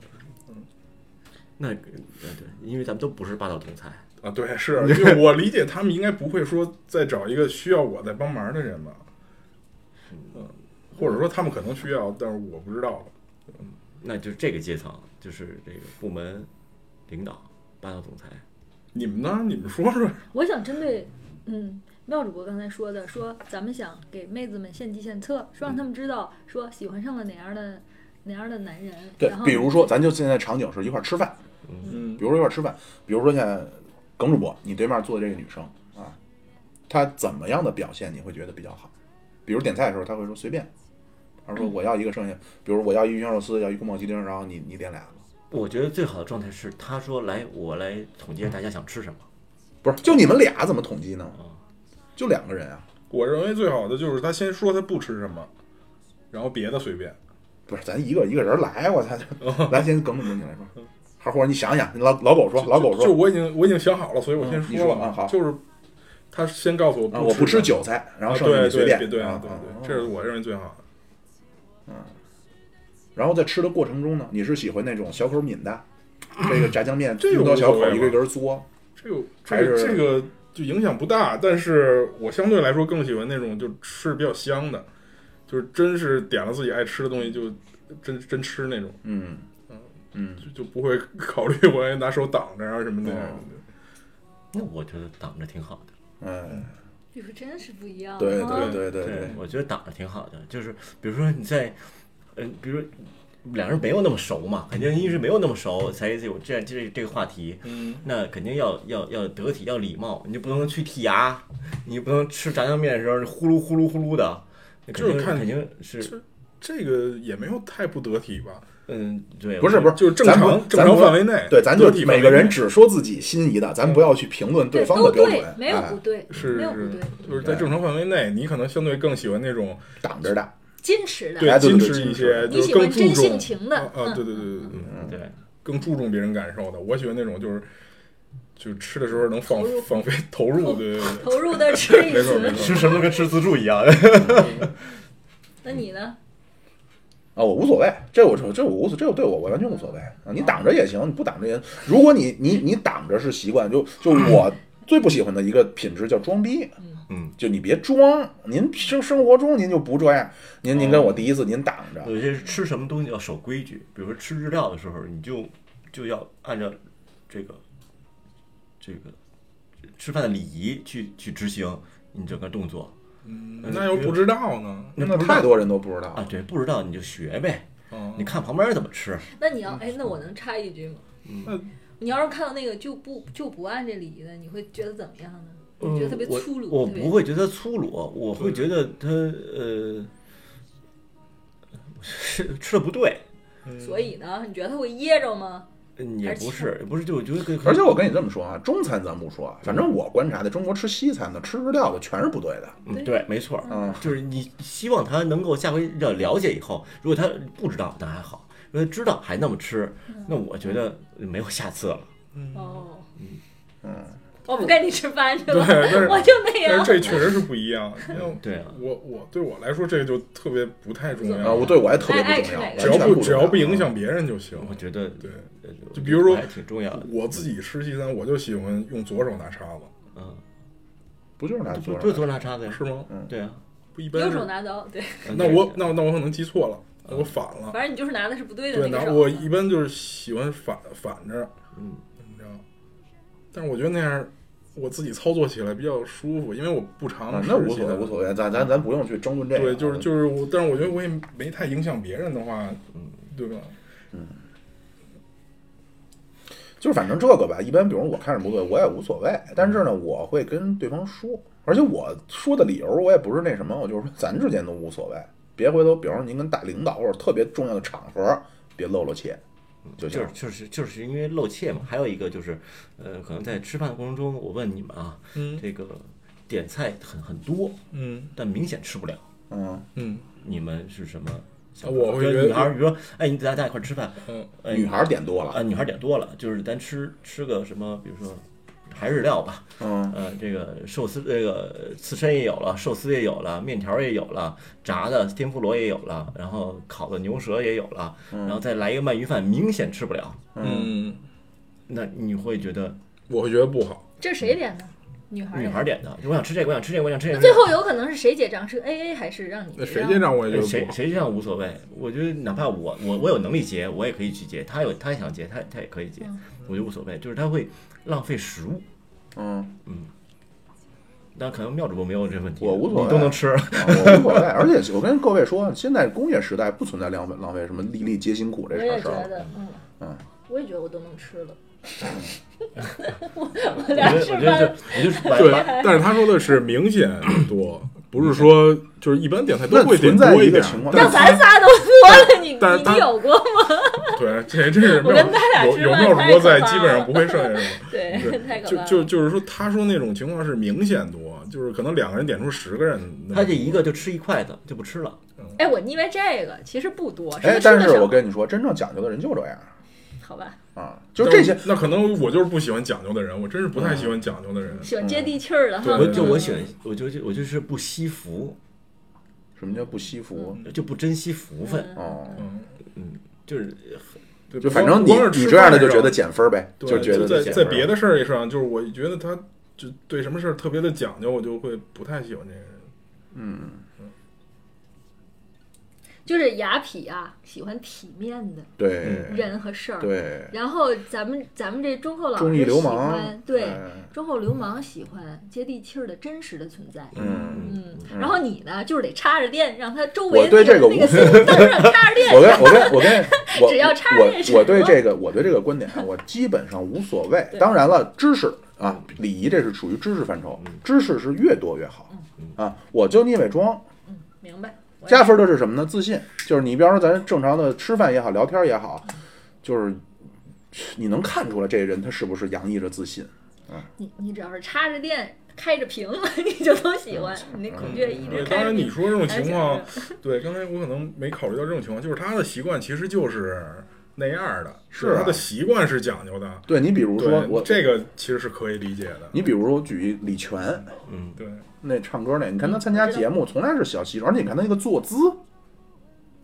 Speaker 7: 那对对，因为咱们都不是霸道总裁，
Speaker 3: 啊，对，是，就是我理解他们应该不会说再找一个需要我再帮忙的人吧，嗯，或者说他们可能需要，但是我不知道。
Speaker 7: 那就是这个阶层，就是这个部门领导、霸道总裁。
Speaker 3: 你们呢？你们说说，
Speaker 6: 我想针对，嗯，妙主播刚才说的，说咱们想给妹子们献计献策，说让他们知道，说喜欢上了哪样的哪样的男人。
Speaker 2: 对
Speaker 6: 然，后
Speaker 2: 比如说，咱就现在场景是一块儿吃饭，
Speaker 3: 嗯
Speaker 2: 比如说一块儿吃饭，比如说现在耿主播，你对面坐的这个女生啊，她怎么样的表现你会觉得比较好？比如点菜的时候，她会说随便，她
Speaker 3: 嗯
Speaker 2: 说我要一个剩下，比如我要一鱼香肉丝，要一宫保鸡丁，然后你你点俩
Speaker 7: 我觉得最好的状态是，他说来，我来统计一下大家想吃什么。
Speaker 2: 不是就你们俩怎么统计呢
Speaker 7: 嗯？
Speaker 2: 就两个人啊，
Speaker 3: 我认为最好的就是他先说他不吃什么，然后别的随便。
Speaker 2: 不是，咱一个一个人来，我 操！咱先耿耿你来说，还是或者你想想，老老狗说，老狗
Speaker 3: 就就
Speaker 2: 说，
Speaker 3: 我已经我已经想好了，所以我
Speaker 2: 嗯
Speaker 3: 先
Speaker 2: 你说
Speaker 3: 了
Speaker 2: 啊好
Speaker 3: 就是他先告诉我
Speaker 2: 啊，我不
Speaker 3: 吃
Speaker 2: 吃
Speaker 3: 的，
Speaker 2: 韭菜，然后
Speaker 3: 啊
Speaker 2: 剩下
Speaker 3: 对
Speaker 2: 你随便，
Speaker 3: 对对
Speaker 2: 啊
Speaker 3: 对
Speaker 2: 啊
Speaker 3: 对，这是我认为最好的。
Speaker 2: 然后在吃的过程中呢，你是喜欢那种小口抿的，这个炸酱面
Speaker 3: 这个
Speaker 2: 用到小
Speaker 3: 无所
Speaker 2: 口
Speaker 3: 谓
Speaker 2: 一个一个嘬，
Speaker 3: 这个
Speaker 2: 还
Speaker 3: 这个
Speaker 2: 是
Speaker 3: 这个就影响不大，但是我相对来说更喜欢那种就吃比较香的，就是真是点了自己爱吃的东西就真真吃那种，
Speaker 2: 嗯嗯，
Speaker 3: 就就不会 考虑我拿手挡着啊什么那样的。
Speaker 2: 哦
Speaker 7: 那我觉得挡着挺好的。
Speaker 2: 哎，
Speaker 6: 哟，真是不一样。
Speaker 2: 对
Speaker 6: 啊
Speaker 2: 对对对对，
Speaker 7: 我觉得挡着挺好的。就是比如说你在，嗯、比如说两人没有那么熟嘛，肯定因为是没有那么熟才有这样这这个话题。
Speaker 3: 嗯，
Speaker 7: 那肯定要要要得体，要礼貌，你就不能去剔牙，你不能吃炸酱面的时候呼噜呼噜呼噜的，那肯定
Speaker 3: 就是看
Speaker 7: 肯定是
Speaker 3: 就这个也没有太不得体吧，
Speaker 7: 嗯对，
Speaker 2: 不是不是，
Speaker 3: 就是正
Speaker 2: 咱不
Speaker 3: 常正
Speaker 2: 咱
Speaker 3: 常
Speaker 2: 不
Speaker 3: 范围内，
Speaker 2: 对，咱就
Speaker 3: 得体范
Speaker 2: 每
Speaker 3: 围
Speaker 2: 个人
Speaker 3: 内
Speaker 2: 只说自己心仪的，咱不要去评论
Speaker 6: 对
Speaker 2: 方的
Speaker 6: 都
Speaker 2: 标
Speaker 6: 对
Speaker 2: 准，，
Speaker 6: 没有
Speaker 2: 哎
Speaker 6: 不对，
Speaker 3: 是
Speaker 6: 没有不
Speaker 3: 是
Speaker 6: 对，
Speaker 3: 就是在正常范围内，你可能相对更喜欢那种
Speaker 2: 挡着的，
Speaker 6: 矜持的，
Speaker 3: 对
Speaker 2: 哎对对
Speaker 3: 矜
Speaker 2: 对
Speaker 3: 持一
Speaker 2: 矜持
Speaker 3: 些，
Speaker 6: 你
Speaker 3: 就是
Speaker 6: 喜欢
Speaker 3: 更注
Speaker 6: 真性
Speaker 3: 重
Speaker 6: 情的，
Speaker 3: 啊，对
Speaker 6: 嗯，
Speaker 3: 对对对对。
Speaker 7: 对，
Speaker 3: 更注重别人感受的。我喜欢那种就是，就吃的时候能放
Speaker 6: 投入
Speaker 3: 放飞投入，对对对
Speaker 6: 投入的吃
Speaker 3: 对，
Speaker 6: 一
Speaker 3: 没错没
Speaker 6: 次。
Speaker 3: 错。
Speaker 7: 什么都跟吃自助一样。
Speaker 6: 那你呢？
Speaker 2: 啊，我无所谓，这我这这我无所，这我对我我完全无所谓啊。你挡着也行，你不挡着也。如果你你你挡着是习惯，就就 我最不喜欢的一个品质叫装逼。
Speaker 7: 嗯，
Speaker 2: 就你别装，您生生活中您就不这样。您您跟
Speaker 3: 哦
Speaker 2: 我第一次您挡着，
Speaker 7: 有些是吃什么东西要守规矩，比如说吃日料的时候，你就就要按照这个这个吃饭的礼仪去去执行你整个动作
Speaker 3: 嗯那又不知道呢。
Speaker 2: 那太多人都不知道
Speaker 7: 啊。。对，不知道你就学呗，
Speaker 3: 嗯
Speaker 7: 你看旁边怎么吃。
Speaker 6: 那你要哎，那我能插一句吗？
Speaker 3: 嗯
Speaker 6: 你要是看到那个就不就不按这礼仪的，你会觉得怎么样呢？
Speaker 7: 嗯
Speaker 6: 你觉得特别粗鲁，
Speaker 7: 我我
Speaker 6: 特别
Speaker 7: 不会觉得粗鲁，我会觉得他呃吃的不对，
Speaker 6: 所以呢，你觉得他会噎着吗？
Speaker 7: 嗯也
Speaker 6: 而且
Speaker 7: 不是不是，就我觉得可
Speaker 2: 而且我跟你这么说啊，中餐咱不说，反正我观察的中国吃西餐的、吃日料的全是不对的。
Speaker 7: 嗯对，没错，
Speaker 2: 嗯，
Speaker 7: 就是你希望他能够下回要了解以后，如果他不知道那还好，如果他知道还那么吃，
Speaker 6: 嗯
Speaker 7: 那我觉得没有下次了。
Speaker 6: 哦，
Speaker 2: 嗯，
Speaker 6: 我不跟你吃饭去
Speaker 3: 对，
Speaker 6: 了，
Speaker 3: 但是
Speaker 6: 我就那
Speaker 3: 但
Speaker 6: 样
Speaker 3: 是。这确实是不一样。
Speaker 6: 嗯
Speaker 3: 像
Speaker 7: 对啊，
Speaker 3: 我我对我来说，这个就特别不太重
Speaker 2: 啊，
Speaker 3: 要。
Speaker 2: 我对我也特别
Speaker 6: 爱
Speaker 2: 不
Speaker 6: 吃
Speaker 2: 重要嗯
Speaker 6: 哪，个
Speaker 3: 只
Speaker 2: 完
Speaker 3: 要
Speaker 2: 全
Speaker 3: 不只
Speaker 2: 重
Speaker 3: 要不影响别人就行。
Speaker 7: 我觉得
Speaker 3: 对，
Speaker 7: 呃
Speaker 3: 就比如说
Speaker 7: 还挺重要的，
Speaker 3: 我自己吃西餐，我就喜欢用左手拿叉子，
Speaker 7: 嗯，
Speaker 2: 不就是拿
Speaker 7: 就
Speaker 2: 做
Speaker 7: 就左手拿叉子呀，
Speaker 3: 是吗？
Speaker 7: 对啊，
Speaker 3: 不一般是。
Speaker 6: 右手拿刀，
Speaker 3: 啊
Speaker 6: 对，
Speaker 7: 嗯
Speaker 3: 那我那那我可能记错了，我反了。
Speaker 6: 反正你就是拿的是不对的
Speaker 3: 对，
Speaker 6: 那
Speaker 3: 拿
Speaker 6: 个手。啊
Speaker 3: 我一般就是喜欢反反着，
Speaker 7: 嗯，
Speaker 3: 你知道，但是我觉得那样我自己操作起来比较舒服，因为我不常
Speaker 2: 啊，
Speaker 3: 吃
Speaker 2: 那无
Speaker 3: 西
Speaker 2: 所谓
Speaker 3: 餐
Speaker 2: 无所谓，咱咱咱不用去争论这个。啊
Speaker 3: 对，就是就是我，但是我觉得我也没太影响别人的话，
Speaker 2: 嗯
Speaker 3: 对吧？
Speaker 2: 就是反正这个吧，一般比如我看着不对，我也无所谓。但是呢，我会跟对方说，而且我说的理由我也不是那什么，我就是说咱之间都无所谓，别回头，比方说您跟大领导或者特别重要的场合，别露露怯就行
Speaker 7: 就是。就是就是因为露怯嘛，还有一个就是，呃，可能在吃饭的过程中，我问你们啊，
Speaker 3: 嗯
Speaker 7: 这个点菜很很多，
Speaker 3: 嗯
Speaker 7: 但明显吃不了，
Speaker 2: 嗯，
Speaker 3: 嗯
Speaker 7: 你们是什么想法？
Speaker 3: 我会
Speaker 7: 就
Speaker 3: 觉
Speaker 7: 女
Speaker 3: 得
Speaker 7: 孩儿，比如说，哎，你咱咱俩一块儿吃饭，
Speaker 3: 嗯
Speaker 7: 哎，
Speaker 2: 女孩儿点多
Speaker 7: 啊，
Speaker 2: 了，
Speaker 7: 女孩儿点多了，就是咱吃吃个什么，比如说还是日料吧，
Speaker 2: 嗯，
Speaker 7: 呃，这个寿司，这个刺身也有了，寿司也有了，面条也有了，炸的天妇罗也有了，然后烤的牛舌也有了，然后再来一个鳗鱼饭，明显吃不了，
Speaker 3: 嗯，
Speaker 7: 那你会觉得
Speaker 3: 我会觉得不好，
Speaker 6: 这是谁点的？女孩。
Speaker 7: 女孩儿。点的，我想吃这个，我想吃这个，我想吃这个，
Speaker 6: 嗯最后有可能是谁结账？是 A A 还是让你
Speaker 3: 那？呃谁结？账我也觉
Speaker 7: 哎
Speaker 3: 得
Speaker 7: 谁
Speaker 3: 不好。
Speaker 7: 谁这样无所谓，我觉得哪怕我我我有能力结，我也可以去结，他有他想结，他他也可以结，
Speaker 6: 嗯
Speaker 7: 我觉得无所谓，就是他会浪费食物。
Speaker 2: 嗯，
Speaker 7: 但可能妙主播没有这问题，
Speaker 2: 我无所谓
Speaker 7: 你都能吃。
Speaker 2: 啊我无所谓。 而且我跟各位说，现在工业时代不存在浪费浪费什么粒粒皆辛苦这
Speaker 6: 我
Speaker 2: 事儿
Speaker 6: 也
Speaker 2: 事
Speaker 6: 觉
Speaker 2: 儿了。
Speaker 6: 得，嗯
Speaker 2: 嗯，
Speaker 6: 我也觉得我都能吃 了。我
Speaker 7: 我
Speaker 6: 我
Speaker 7: 觉
Speaker 6: 俩
Speaker 7: 得，
Speaker 6: 吃
Speaker 7: 我觉得
Speaker 6: 饭
Speaker 7: 就你就是把
Speaker 3: 对
Speaker 7: 把，
Speaker 3: 但是他说的是明显 多，不是说就是一般点菜都
Speaker 2: 那
Speaker 3: 会点
Speaker 2: 存在
Speaker 3: 多
Speaker 2: 一个
Speaker 3: 点
Speaker 2: 情况
Speaker 6: 让
Speaker 3: 但
Speaker 6: 咱仨都说了，你
Speaker 3: 但是
Speaker 6: 你
Speaker 3: 他
Speaker 6: 你有过吗？
Speaker 3: 对，这这是
Speaker 6: 我
Speaker 3: 妙
Speaker 6: 跟他俩
Speaker 3: 有
Speaker 6: 吃
Speaker 3: 有
Speaker 6: 饭
Speaker 3: 妙主
Speaker 6: 太
Speaker 3: 播
Speaker 6: 可
Speaker 3: 在，
Speaker 6: 怕
Speaker 3: 基本上
Speaker 6: 了
Speaker 3: 不会剩下什么。
Speaker 6: 对， 太可怕
Speaker 3: 就
Speaker 6: 了。
Speaker 3: 就就是说，他说那种情况是明显多，就是可能两个人点出十个人那么多，
Speaker 7: 他这一个就吃一筷子就不吃了，
Speaker 3: 嗯
Speaker 6: 哎，我因为这个其实不多，
Speaker 2: 哎
Speaker 6: 是，
Speaker 2: 但
Speaker 6: 是
Speaker 2: 是我跟你说，真正讲究的人就这样
Speaker 6: 好吧，
Speaker 2: 啊，就这些。
Speaker 3: 那可能我就是不喜欢讲究的人，我真是不太喜欢讲究的人。
Speaker 2: 嗯
Speaker 6: 喜欢接地气儿的哈。
Speaker 3: 对
Speaker 6: 嗯
Speaker 4: 我就我喜欢，我就就我就是不惜福，
Speaker 2: 什么叫不惜福？
Speaker 4: 就不珍惜福分，
Speaker 2: 哦，
Speaker 3: 嗯，
Speaker 4: 就是
Speaker 3: 对，
Speaker 2: 就
Speaker 3: 不
Speaker 2: 反
Speaker 3: 光
Speaker 2: 正
Speaker 3: 不
Speaker 2: 你
Speaker 3: 光是
Speaker 2: 你
Speaker 3: 吃
Speaker 2: 这样的
Speaker 3: 饭
Speaker 2: 就觉
Speaker 3: 上
Speaker 2: 得减分呗，
Speaker 3: 对
Speaker 2: 就觉得
Speaker 3: 在
Speaker 2: 减
Speaker 3: 在
Speaker 2: 分
Speaker 3: 别的事儿上，就是我觉得他就对什么事儿特别的讲究，我就会不太喜欢这个人。
Speaker 6: 就是雅痞啊，喜欢体面的
Speaker 2: 对
Speaker 3: 嗯
Speaker 6: 人和事儿。
Speaker 2: 对，
Speaker 6: 然后咱们咱们这忠厚老
Speaker 2: 忠义
Speaker 6: 实
Speaker 2: 流
Speaker 6: 喜
Speaker 2: 氓
Speaker 6: 欢，对
Speaker 2: 哎
Speaker 6: 忠厚流氓喜欢接地气儿的真实的存在。
Speaker 2: 嗯，
Speaker 6: 嗯，然后你呢，就是得插着电，让他周
Speaker 2: 我
Speaker 6: 围
Speaker 2: 对这个
Speaker 6: 那个
Speaker 2: 无
Speaker 6: 心 灯上插着电，
Speaker 2: 嗯我跟我跟我跟我
Speaker 6: 只要插
Speaker 2: 我
Speaker 6: 认识
Speaker 2: 我对
Speaker 6: 什么
Speaker 2: 这个我对这个观点啊我基本上无所谓。当然了，知识啊，礼仪这是属于知识范
Speaker 3: 嗯
Speaker 2: 畴，知识是越多越好啊。我就聂卫庄，
Speaker 6: 明白？嗯我也
Speaker 2: 加分的是什么呢？自信，就是你比方说咱正常的吃饭也好，聊天也好，
Speaker 6: 嗯
Speaker 2: 就是你能看出来这人他是不是洋溢着自信。
Speaker 6: 你你只要是插着电、开着屏，你就能喜欢。你那孔雀一直
Speaker 3: 对，
Speaker 6: 开
Speaker 3: 当
Speaker 6: 着
Speaker 3: 然你
Speaker 6: 屏，
Speaker 3: 说这种
Speaker 6: 还
Speaker 3: 情
Speaker 6: 是
Speaker 3: 况，对，刚才我可能没考虑到这种情况，就是他的习惯其实就是那样儿的，
Speaker 2: 是
Speaker 3: 对
Speaker 2: 啊
Speaker 3: 他的习惯是讲究的。
Speaker 2: 对你比如说
Speaker 3: 对
Speaker 2: 我，
Speaker 3: 这个其实是可以理解的。
Speaker 2: 你比如说我举李泉
Speaker 4: 嗯，
Speaker 3: 对，
Speaker 2: 那唱歌那，你看他
Speaker 6: 嗯
Speaker 2: 参加
Speaker 6: 我知道
Speaker 2: 节目从来是小戏而且你看他那个坐姿。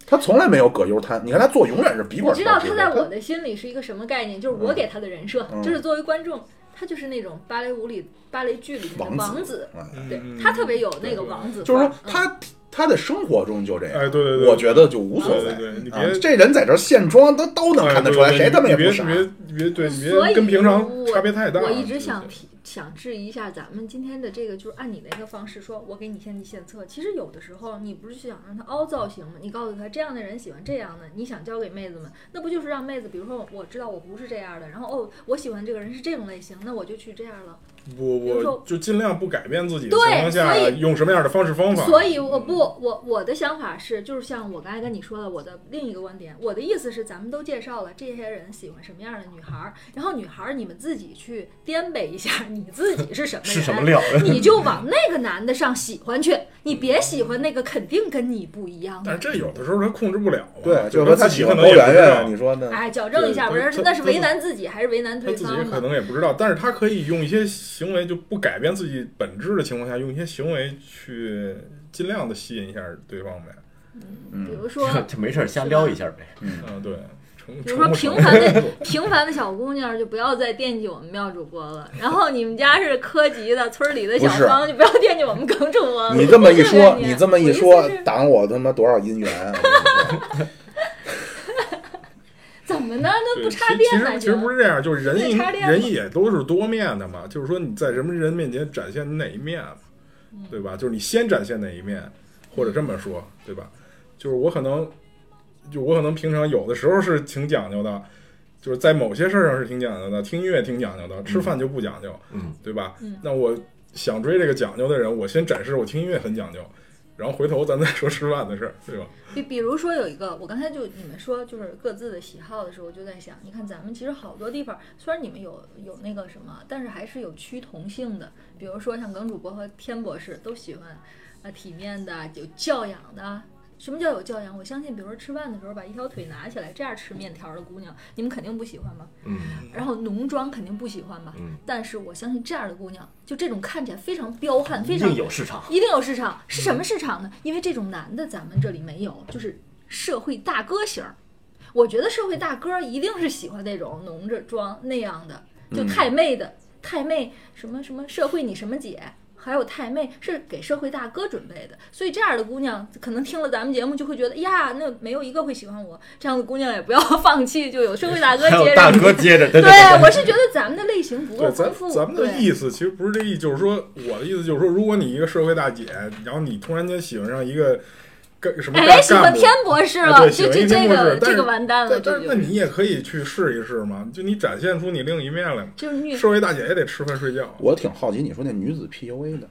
Speaker 2: 他从来没有葛优瘫，你看他坐永远是笔
Speaker 6: 我
Speaker 2: 管
Speaker 6: 知
Speaker 2: 朝
Speaker 6: 道
Speaker 2: 天
Speaker 6: 他
Speaker 2: 的。
Speaker 6: 在我的心里是一个什么概念，就是我给他的人设，
Speaker 2: 嗯
Speaker 6: 就是作为观众，他就是那种芭蕾舞里、芭蕾剧里的
Speaker 2: 王子
Speaker 6: 王子，对
Speaker 3: 嗯
Speaker 6: 他特别有那个王子范
Speaker 2: 就是
Speaker 6: 儿，
Speaker 2: 说他他的生活中就这样，
Speaker 3: 哎对对对
Speaker 2: 我觉得就无所谓。
Speaker 3: 对对对你别
Speaker 2: 啊，这人在这儿现装，他都能
Speaker 3: 哎
Speaker 2: 看得
Speaker 3: 对
Speaker 2: 出来，
Speaker 3: 对
Speaker 2: 谁他妈
Speaker 3: 你
Speaker 2: 也
Speaker 3: 别
Speaker 2: 不傻
Speaker 3: 你。别你别对，
Speaker 6: 嗯
Speaker 3: 你
Speaker 6: 所
Speaker 3: 别
Speaker 6: 以
Speaker 3: 跟平常
Speaker 6: 我
Speaker 3: 差别太大了。
Speaker 6: 我一直
Speaker 3: 对
Speaker 6: 想
Speaker 3: 对
Speaker 6: 提想质疑一下咱们今天的这个，就是按你那个方式说，我给你献计献策。其实有的时候你不是想让他凹造型吗？你告诉他这样的人喜欢这样的，你想教给妹子们，那不就是让妹子，比如说我我知道我不是这样的，然后哦，我喜欢这个人是这种类型，那我就去这样了。
Speaker 3: 我
Speaker 6: 比如说
Speaker 3: 我就尽量不改变自己的
Speaker 6: 对
Speaker 3: 情况下，
Speaker 6: 所以
Speaker 3: 用什么样的方式方法？
Speaker 6: 所以我不，我我的想法是，就是像我刚才跟你说的，我的另一个观点，我的意思是，咱们都介绍了这些人喜欢什么样的女孩儿，然后女孩儿你们自己去颠呗一下，你自己是什么人，
Speaker 7: 是什么料？
Speaker 6: 你就往那个男的上喜欢去，你别喜欢那个肯定跟你不一样
Speaker 3: 但是
Speaker 6: 的。
Speaker 3: 这有的时候他控制不了啊。
Speaker 2: 对，就
Speaker 3: 就
Speaker 2: 和
Speaker 3: 是
Speaker 2: 他
Speaker 3: 自
Speaker 2: 喜
Speaker 3: 己
Speaker 2: 欢
Speaker 3: 可
Speaker 2: 欧
Speaker 3: 能也
Speaker 2: 然
Speaker 3: 不知道
Speaker 2: 然，你说呢？
Speaker 6: 哎，矫正一下，不
Speaker 3: 对
Speaker 6: 是
Speaker 3: 他
Speaker 6: 那是
Speaker 3: 他
Speaker 6: 为难自己还是为难
Speaker 3: 他
Speaker 6: 对
Speaker 3: 自己
Speaker 6: 方
Speaker 3: 可
Speaker 6: 呢？
Speaker 3: 能也不知道，但是他可以用一些行为就不改变自己本质的情况下，用一些行为去尽量的吸引一下对方呗。
Speaker 6: 比 如说，
Speaker 7: 就没事儿瞎撩一下呗。
Speaker 3: 嗯，对，成
Speaker 6: 比如说
Speaker 3: 成不
Speaker 6: 平
Speaker 3: 成
Speaker 6: 凡的平凡的小姑娘就不要再惦记我们妙主播了，然后你们家是科级的，村里的小
Speaker 2: 不是
Speaker 6: 芳就不要惦记我们耿主播了。
Speaker 2: 你这么 一
Speaker 6: 我
Speaker 2: 说，
Speaker 6: 就怨
Speaker 2: 你这么一
Speaker 6: 我
Speaker 2: 说
Speaker 6: 意思，是
Speaker 2: 挡我他妈多少姻缘？啊
Speaker 6: 怎么呢？那
Speaker 3: 对
Speaker 6: 不
Speaker 3: 其
Speaker 6: 插电
Speaker 3: 其
Speaker 6: 呢？
Speaker 3: 实其实不是这样，就是人
Speaker 6: 那
Speaker 3: 一
Speaker 6: 插电
Speaker 3: 人
Speaker 6: 吗
Speaker 3: 也都是多面的嘛，就是说你在什么人面前展现你哪一面嘛，
Speaker 6: 嗯
Speaker 3: 对吧？就是你先展现哪一面，或者这么说，对吧？就是我可能，就我可能平常有的时候是挺讲究的，就是在某些事儿上是挺讲究的，听音乐挺讲究的，吃饭就不讲究，
Speaker 4: 嗯，
Speaker 3: 对吧？
Speaker 6: 嗯
Speaker 3: 那我想追这个讲究的人，我先展示我听音乐很讲究，然后回头咱再说吃饭的事儿，对吧？
Speaker 6: 比比如说有一个，我刚才就你们说就是各自的喜好的时候，我就在想，你看咱们其实好多地方，虽然你们有有那个什么，但是还是有趋同性的。比如说像耿主播和天博士都喜欢啊体面的、有教养的。什么叫有教养？我相信，比如说吃饭的时候把一条腿拿起来这样吃面条的姑娘，你们肯定不喜欢吧？
Speaker 4: 嗯。
Speaker 6: 然后浓妆肯定不喜欢吧？
Speaker 4: 嗯。
Speaker 6: 但是我相信这样的姑娘，就这种看起来非常彪悍、非
Speaker 7: 一
Speaker 6: 常
Speaker 7: 定有市场，
Speaker 6: 一定有市场。是
Speaker 7: 嗯
Speaker 6: 什么市场呢？因为这种男的咱们这里没有，就是社会大哥型儿。我觉得社会大哥一定是喜欢那种浓着妆那样的，
Speaker 7: 嗯
Speaker 6: 就太妹的、太妹什么什么社会你什么姐。还有太妹是给社会大哥准备的，所以这样的姑娘可能听了咱们节目就会觉得呀，那没有一个会喜欢我。这样的姑娘也不要放弃，就有社会大哥
Speaker 7: 还
Speaker 6: 接
Speaker 7: 有
Speaker 6: 着。
Speaker 7: 大哥接着，对
Speaker 6: 对啊
Speaker 7: 对对，
Speaker 6: 我是觉得咱们的类型不够
Speaker 3: 对，咱
Speaker 6: 丰富。
Speaker 3: 咱们的
Speaker 6: 对
Speaker 3: 意思其实不是这意思，就是说我的意思就是说，如果你一个社会大姐，然后你突然间喜欢上一个干什么干
Speaker 6: 哎，喜欢
Speaker 3: 干部
Speaker 6: 天，博士
Speaker 3: 哎
Speaker 6: 了，
Speaker 3: 对
Speaker 6: 这
Speaker 3: 喜
Speaker 6: 这
Speaker 3: 欢天
Speaker 6: 这
Speaker 3: 博士
Speaker 6: 个
Speaker 3: 但
Speaker 6: 这
Speaker 3: 是
Speaker 6: 个完蛋了，
Speaker 3: 但
Speaker 6: 这
Speaker 3: 但是那
Speaker 6: 就
Speaker 3: 你也可以去试一试嘛，就你展现出你另一面来嘛。
Speaker 6: 就是虐
Speaker 3: 社会大姐也得吃饭睡觉，
Speaker 2: 我挺好奇你说那女子 PUA 的，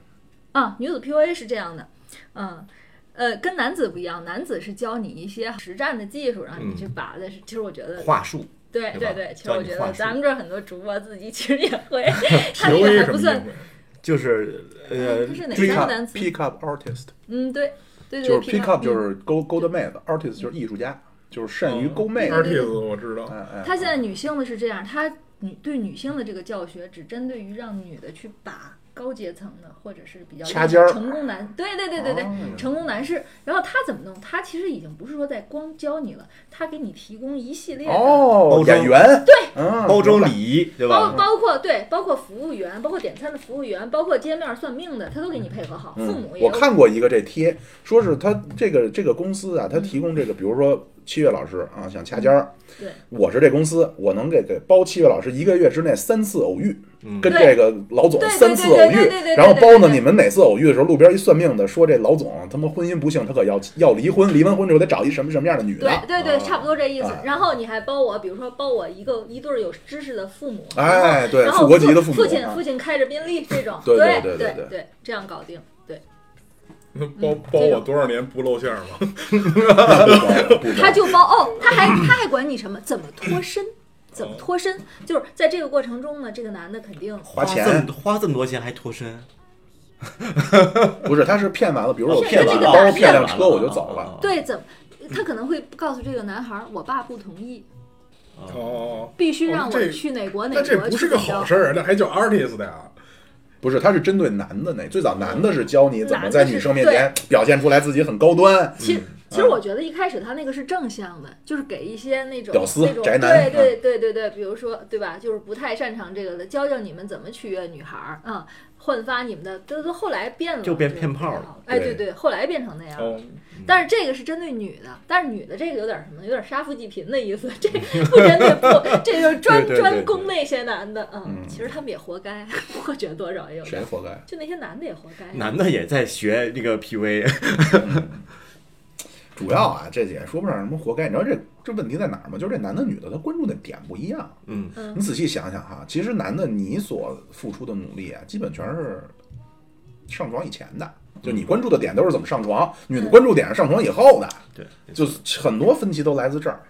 Speaker 6: 啊，女子 PUA 是这样的，嗯。呃，跟男子不一样，男子是教你一些实战的技术，让你
Speaker 3: 嗯
Speaker 6: 去把的。其实我觉得，
Speaker 7: 话术
Speaker 6: 对
Speaker 7: 对
Speaker 6: 对
Speaker 7: 吧
Speaker 6: 对，其实
Speaker 7: 教
Speaker 6: 我
Speaker 7: 你
Speaker 6: 觉
Speaker 7: 话
Speaker 6: 得
Speaker 7: 术
Speaker 6: 咱们这儿很多主播自己其实也 会，哎他那个
Speaker 3: PUA
Speaker 6: 还
Speaker 3: 什
Speaker 6: 不
Speaker 3: 么
Speaker 6: 算，
Speaker 3: 意
Speaker 7: 就是呃
Speaker 6: 嗯他是哪
Speaker 2: pick
Speaker 6: 三个
Speaker 2: up
Speaker 6: 单词？
Speaker 2: pick up artist，
Speaker 6: 嗯，对，对对，
Speaker 2: 就是
Speaker 6: pick
Speaker 2: pick up 就是勾勾搭妹子，artist 就是艺术家，就是善
Speaker 7: 哦
Speaker 2: 于勾妹
Speaker 3: 二
Speaker 2: 子。
Speaker 3: t 子我知道，
Speaker 2: 哎哎，
Speaker 6: 嗯他现在女性的是这样，他女对女性的这个教学只针对于让女的去把高阶层的或者是比较
Speaker 2: 掐尖儿
Speaker 6: 成功男，对对对对对，
Speaker 2: 哦
Speaker 6: 成功男士。然后他怎么弄？他其实已经不是说在光教你了，他给你提供一系列的。
Speaker 2: 哦
Speaker 7: 包，装
Speaker 2: 演员对，嗯，
Speaker 7: 包装礼仪，对
Speaker 6: 包
Speaker 7: 吧？
Speaker 6: 包括对，包括服务员，包括点餐的服务员，包括街面儿算命的，他都给你配合好。父
Speaker 2: 嗯
Speaker 6: 母，也
Speaker 2: 我
Speaker 6: 有
Speaker 2: 看过一个这贴，说
Speaker 7: 嗯
Speaker 2: 是他这个这个公司啊，他提供这个，比如说七月老师啊，想掐尖儿，
Speaker 6: 嗯对，
Speaker 2: 我是这公司，我能给给包七月老师一个月之内三次偶遇，
Speaker 7: 嗯
Speaker 2: 跟这个老总
Speaker 6: 对对
Speaker 2: 三次偶
Speaker 6: 对对对
Speaker 2: 遇
Speaker 6: 对对，
Speaker 2: 然后包
Speaker 6: 对对
Speaker 2: 呢，
Speaker 6: 对
Speaker 2: 你们哪次偶遇的时候，路边一算命的说这老总他妈婚姻不幸，他可要要离婚，离完婚之后得找一什么什么样的女的，
Speaker 6: 对对对，差不多这意思
Speaker 2: 啊。
Speaker 6: 然后你还包我，比如说包我一个一对儿有知识的父母，然
Speaker 2: 哎，
Speaker 6: 后
Speaker 2: 对，
Speaker 6: 然
Speaker 2: 富
Speaker 6: 后
Speaker 2: 国籍的父母，
Speaker 6: 父亲
Speaker 2: 啊
Speaker 6: 父亲开着宾利这种，
Speaker 2: 对对
Speaker 6: 对
Speaker 2: 对对
Speaker 6: 对
Speaker 2: 对
Speaker 6: 这样搞定。对，
Speaker 3: 那包包
Speaker 6: 嗯这
Speaker 3: 我
Speaker 6: 种
Speaker 3: 多少年不露馅儿吗？
Speaker 2: 不不不
Speaker 6: 他就包哦，他还 他还管你什么？怎么脱身？怎么脱身？就是在这个过程中呢，这个男的肯定
Speaker 2: 花钱
Speaker 7: 这么花这么多钱还脱身，
Speaker 2: 不是，他是骗完了，比如说我
Speaker 6: 是
Speaker 2: 骗
Speaker 6: 这
Speaker 2: 两
Speaker 6: 个
Speaker 2: 个包，
Speaker 6: 男的
Speaker 2: 骗辆
Speaker 7: 完
Speaker 2: 车，
Speaker 7: 了哦
Speaker 2: 我就走
Speaker 3: 啊
Speaker 2: 了。。
Speaker 6: 对怎么，他可能会告诉这个男孩儿，我爸不同意，
Speaker 7: 啊啊啊
Speaker 3: 哦，
Speaker 6: 必须
Speaker 3: 哦
Speaker 6: 让我
Speaker 3: 这
Speaker 6: 去哪国哪
Speaker 3: 那
Speaker 6: 国。
Speaker 3: 这不是个
Speaker 6: 去怎
Speaker 3: 好
Speaker 6: 么着
Speaker 3: 事儿，那还叫 artist 呀？
Speaker 2: 不是，他是针对男的那最早男的是教你怎么在女生面前
Speaker 6: 男
Speaker 2: 表现出来自己很高 端，
Speaker 3: 嗯
Speaker 6: 其实，其实我觉得一开始他那个是正向的，就是给一些那种
Speaker 2: 屌丝
Speaker 6: 那种
Speaker 2: 宅男嗯
Speaker 6: 对对对对对，比如说对吧，就是不太擅长这个的，教教你们怎么取悦女孩儿，嗯，焕发你们的，都都后来变了，
Speaker 7: 就变
Speaker 6: 这个
Speaker 7: 骗炮了
Speaker 6: 这个哎，
Speaker 2: 对
Speaker 6: 对对，后来变成那样了。
Speaker 3: 哦，
Speaker 6: 但是这个是针对女的，但是女的这个有点什么，有点杀富济贫的意思， 这不针对不，这就 是专
Speaker 7: 对对对
Speaker 6: 专
Speaker 7: 对
Speaker 6: 攻那些男的，嗯
Speaker 2: 嗯，
Speaker 6: 其实他们也活该，我觉得多少也有
Speaker 2: 谁
Speaker 6: 点，
Speaker 2: 活该？
Speaker 6: 就那些男的也活该，
Speaker 7: 男的也在学那个 PV，
Speaker 2: 主要啊，这也说不上什么活该。你知道这这问题在哪儿吗？就是这男的女的他关注的点不一样。
Speaker 7: 嗯，
Speaker 6: 嗯
Speaker 2: 你仔细想想哈，其实男的你所付出的努力啊，基本全是上床以前的，就你关注的点都是怎么上床，女的关注点是上床以后的，
Speaker 7: 对，
Speaker 2: 就是很多分歧都来自这儿。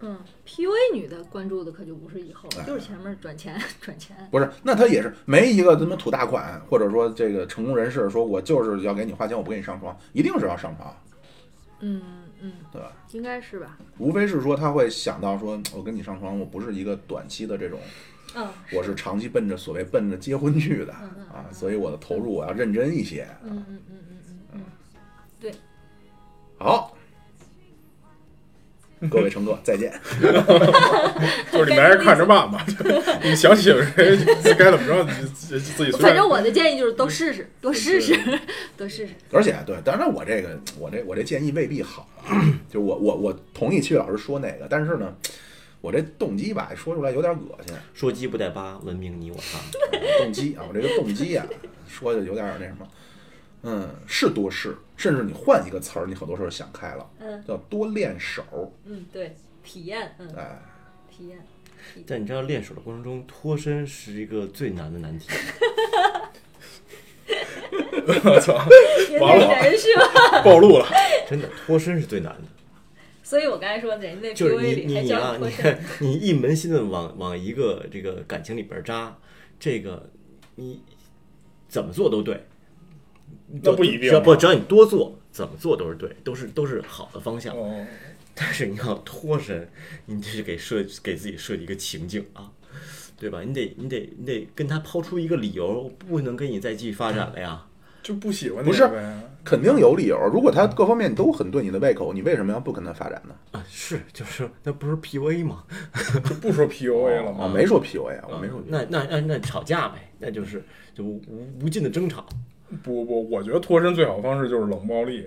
Speaker 6: 嗯，PUA 女的关注的可就不是以后
Speaker 2: 哎，
Speaker 6: 就是前面转钱 转钱。
Speaker 2: 不是，那他也是没一个他妈土大款，或者说这个成功人士，说我就是要给你花钱，我不给你上床，一定是要上床，
Speaker 6: 嗯嗯，
Speaker 2: 对吧？
Speaker 6: 应该是吧？
Speaker 2: 无非是说他会想到说，我跟你上床，我不是一个短期的这种，
Speaker 6: 嗯，
Speaker 2: 我是长期奔着所谓奔着结婚去的啊，所以我的投入我要认真一些。
Speaker 6: 嗯嗯嗯嗯嗯嗯，
Speaker 2: 好，各位乘客，再见。
Speaker 3: 就是你们还是看着办 吧，你们想起谁该怎么着，你自自己随便。
Speaker 6: 反正我的建议就是
Speaker 7: 嗯
Speaker 6: 都试试，多试试， 多试试。
Speaker 2: 而且对，当然我这个我这我这建议未必好啊， 就我我我同意七月老师说那个，但是呢，我这动机吧说出来有点恶心。
Speaker 7: 说鸡不带八，文明你我他。
Speaker 2: 动机啊，我这个动机啊，说的有点儿那什么，嗯，是多试，甚至你换一个词儿，你很多时候想开了，
Speaker 6: 嗯
Speaker 2: 叫多练手，
Speaker 6: 嗯，对，体验，嗯，
Speaker 2: 哎，
Speaker 6: 体验。
Speaker 7: 但你知道练手的过程中，脱身是一个最难的难题。
Speaker 3: 我操，完了
Speaker 6: 人是吧？
Speaker 3: 暴露了。
Speaker 7: 真的脱身是最难的，
Speaker 6: 所以我刚才说人那
Speaker 7: 就是你
Speaker 6: PUA 里
Speaker 7: 你
Speaker 6: 还
Speaker 7: 你
Speaker 6: 教
Speaker 7: 啊
Speaker 6: 你，脱
Speaker 7: 你
Speaker 6: 身，
Speaker 7: 你一门心的往往一个这个感情里边扎，这个你怎么做都对，
Speaker 3: 那不一定啊
Speaker 7: 只要不只要你多做，怎么做都是对，都是都是好的方向。
Speaker 3: 哦，
Speaker 7: 但是你要脱身，你得给设给自己设计一个情景啊，对吧？你得你得你得跟他抛出一个理由，我不能跟你再继续发展了呀。
Speaker 3: 就不喜欢
Speaker 2: 不
Speaker 3: 你
Speaker 2: 是
Speaker 3: 呗。
Speaker 2: 肯定有理由。如果他各方面都很对你的胃口，你为什么要不跟他发展呢？
Speaker 7: 啊，是就是那不是 PUA 吗？
Speaker 3: 就不说 PUA
Speaker 6: 哦
Speaker 3: 了
Speaker 2: 啊，
Speaker 3: 吗？
Speaker 2: 没说 PUA，啊我
Speaker 7: 啊
Speaker 2: 没说 PUA。
Speaker 7: 那那那那吵架呗，那就是就无无无尽的争吵。
Speaker 3: 不不，我觉得脱身最好方式就是冷暴力，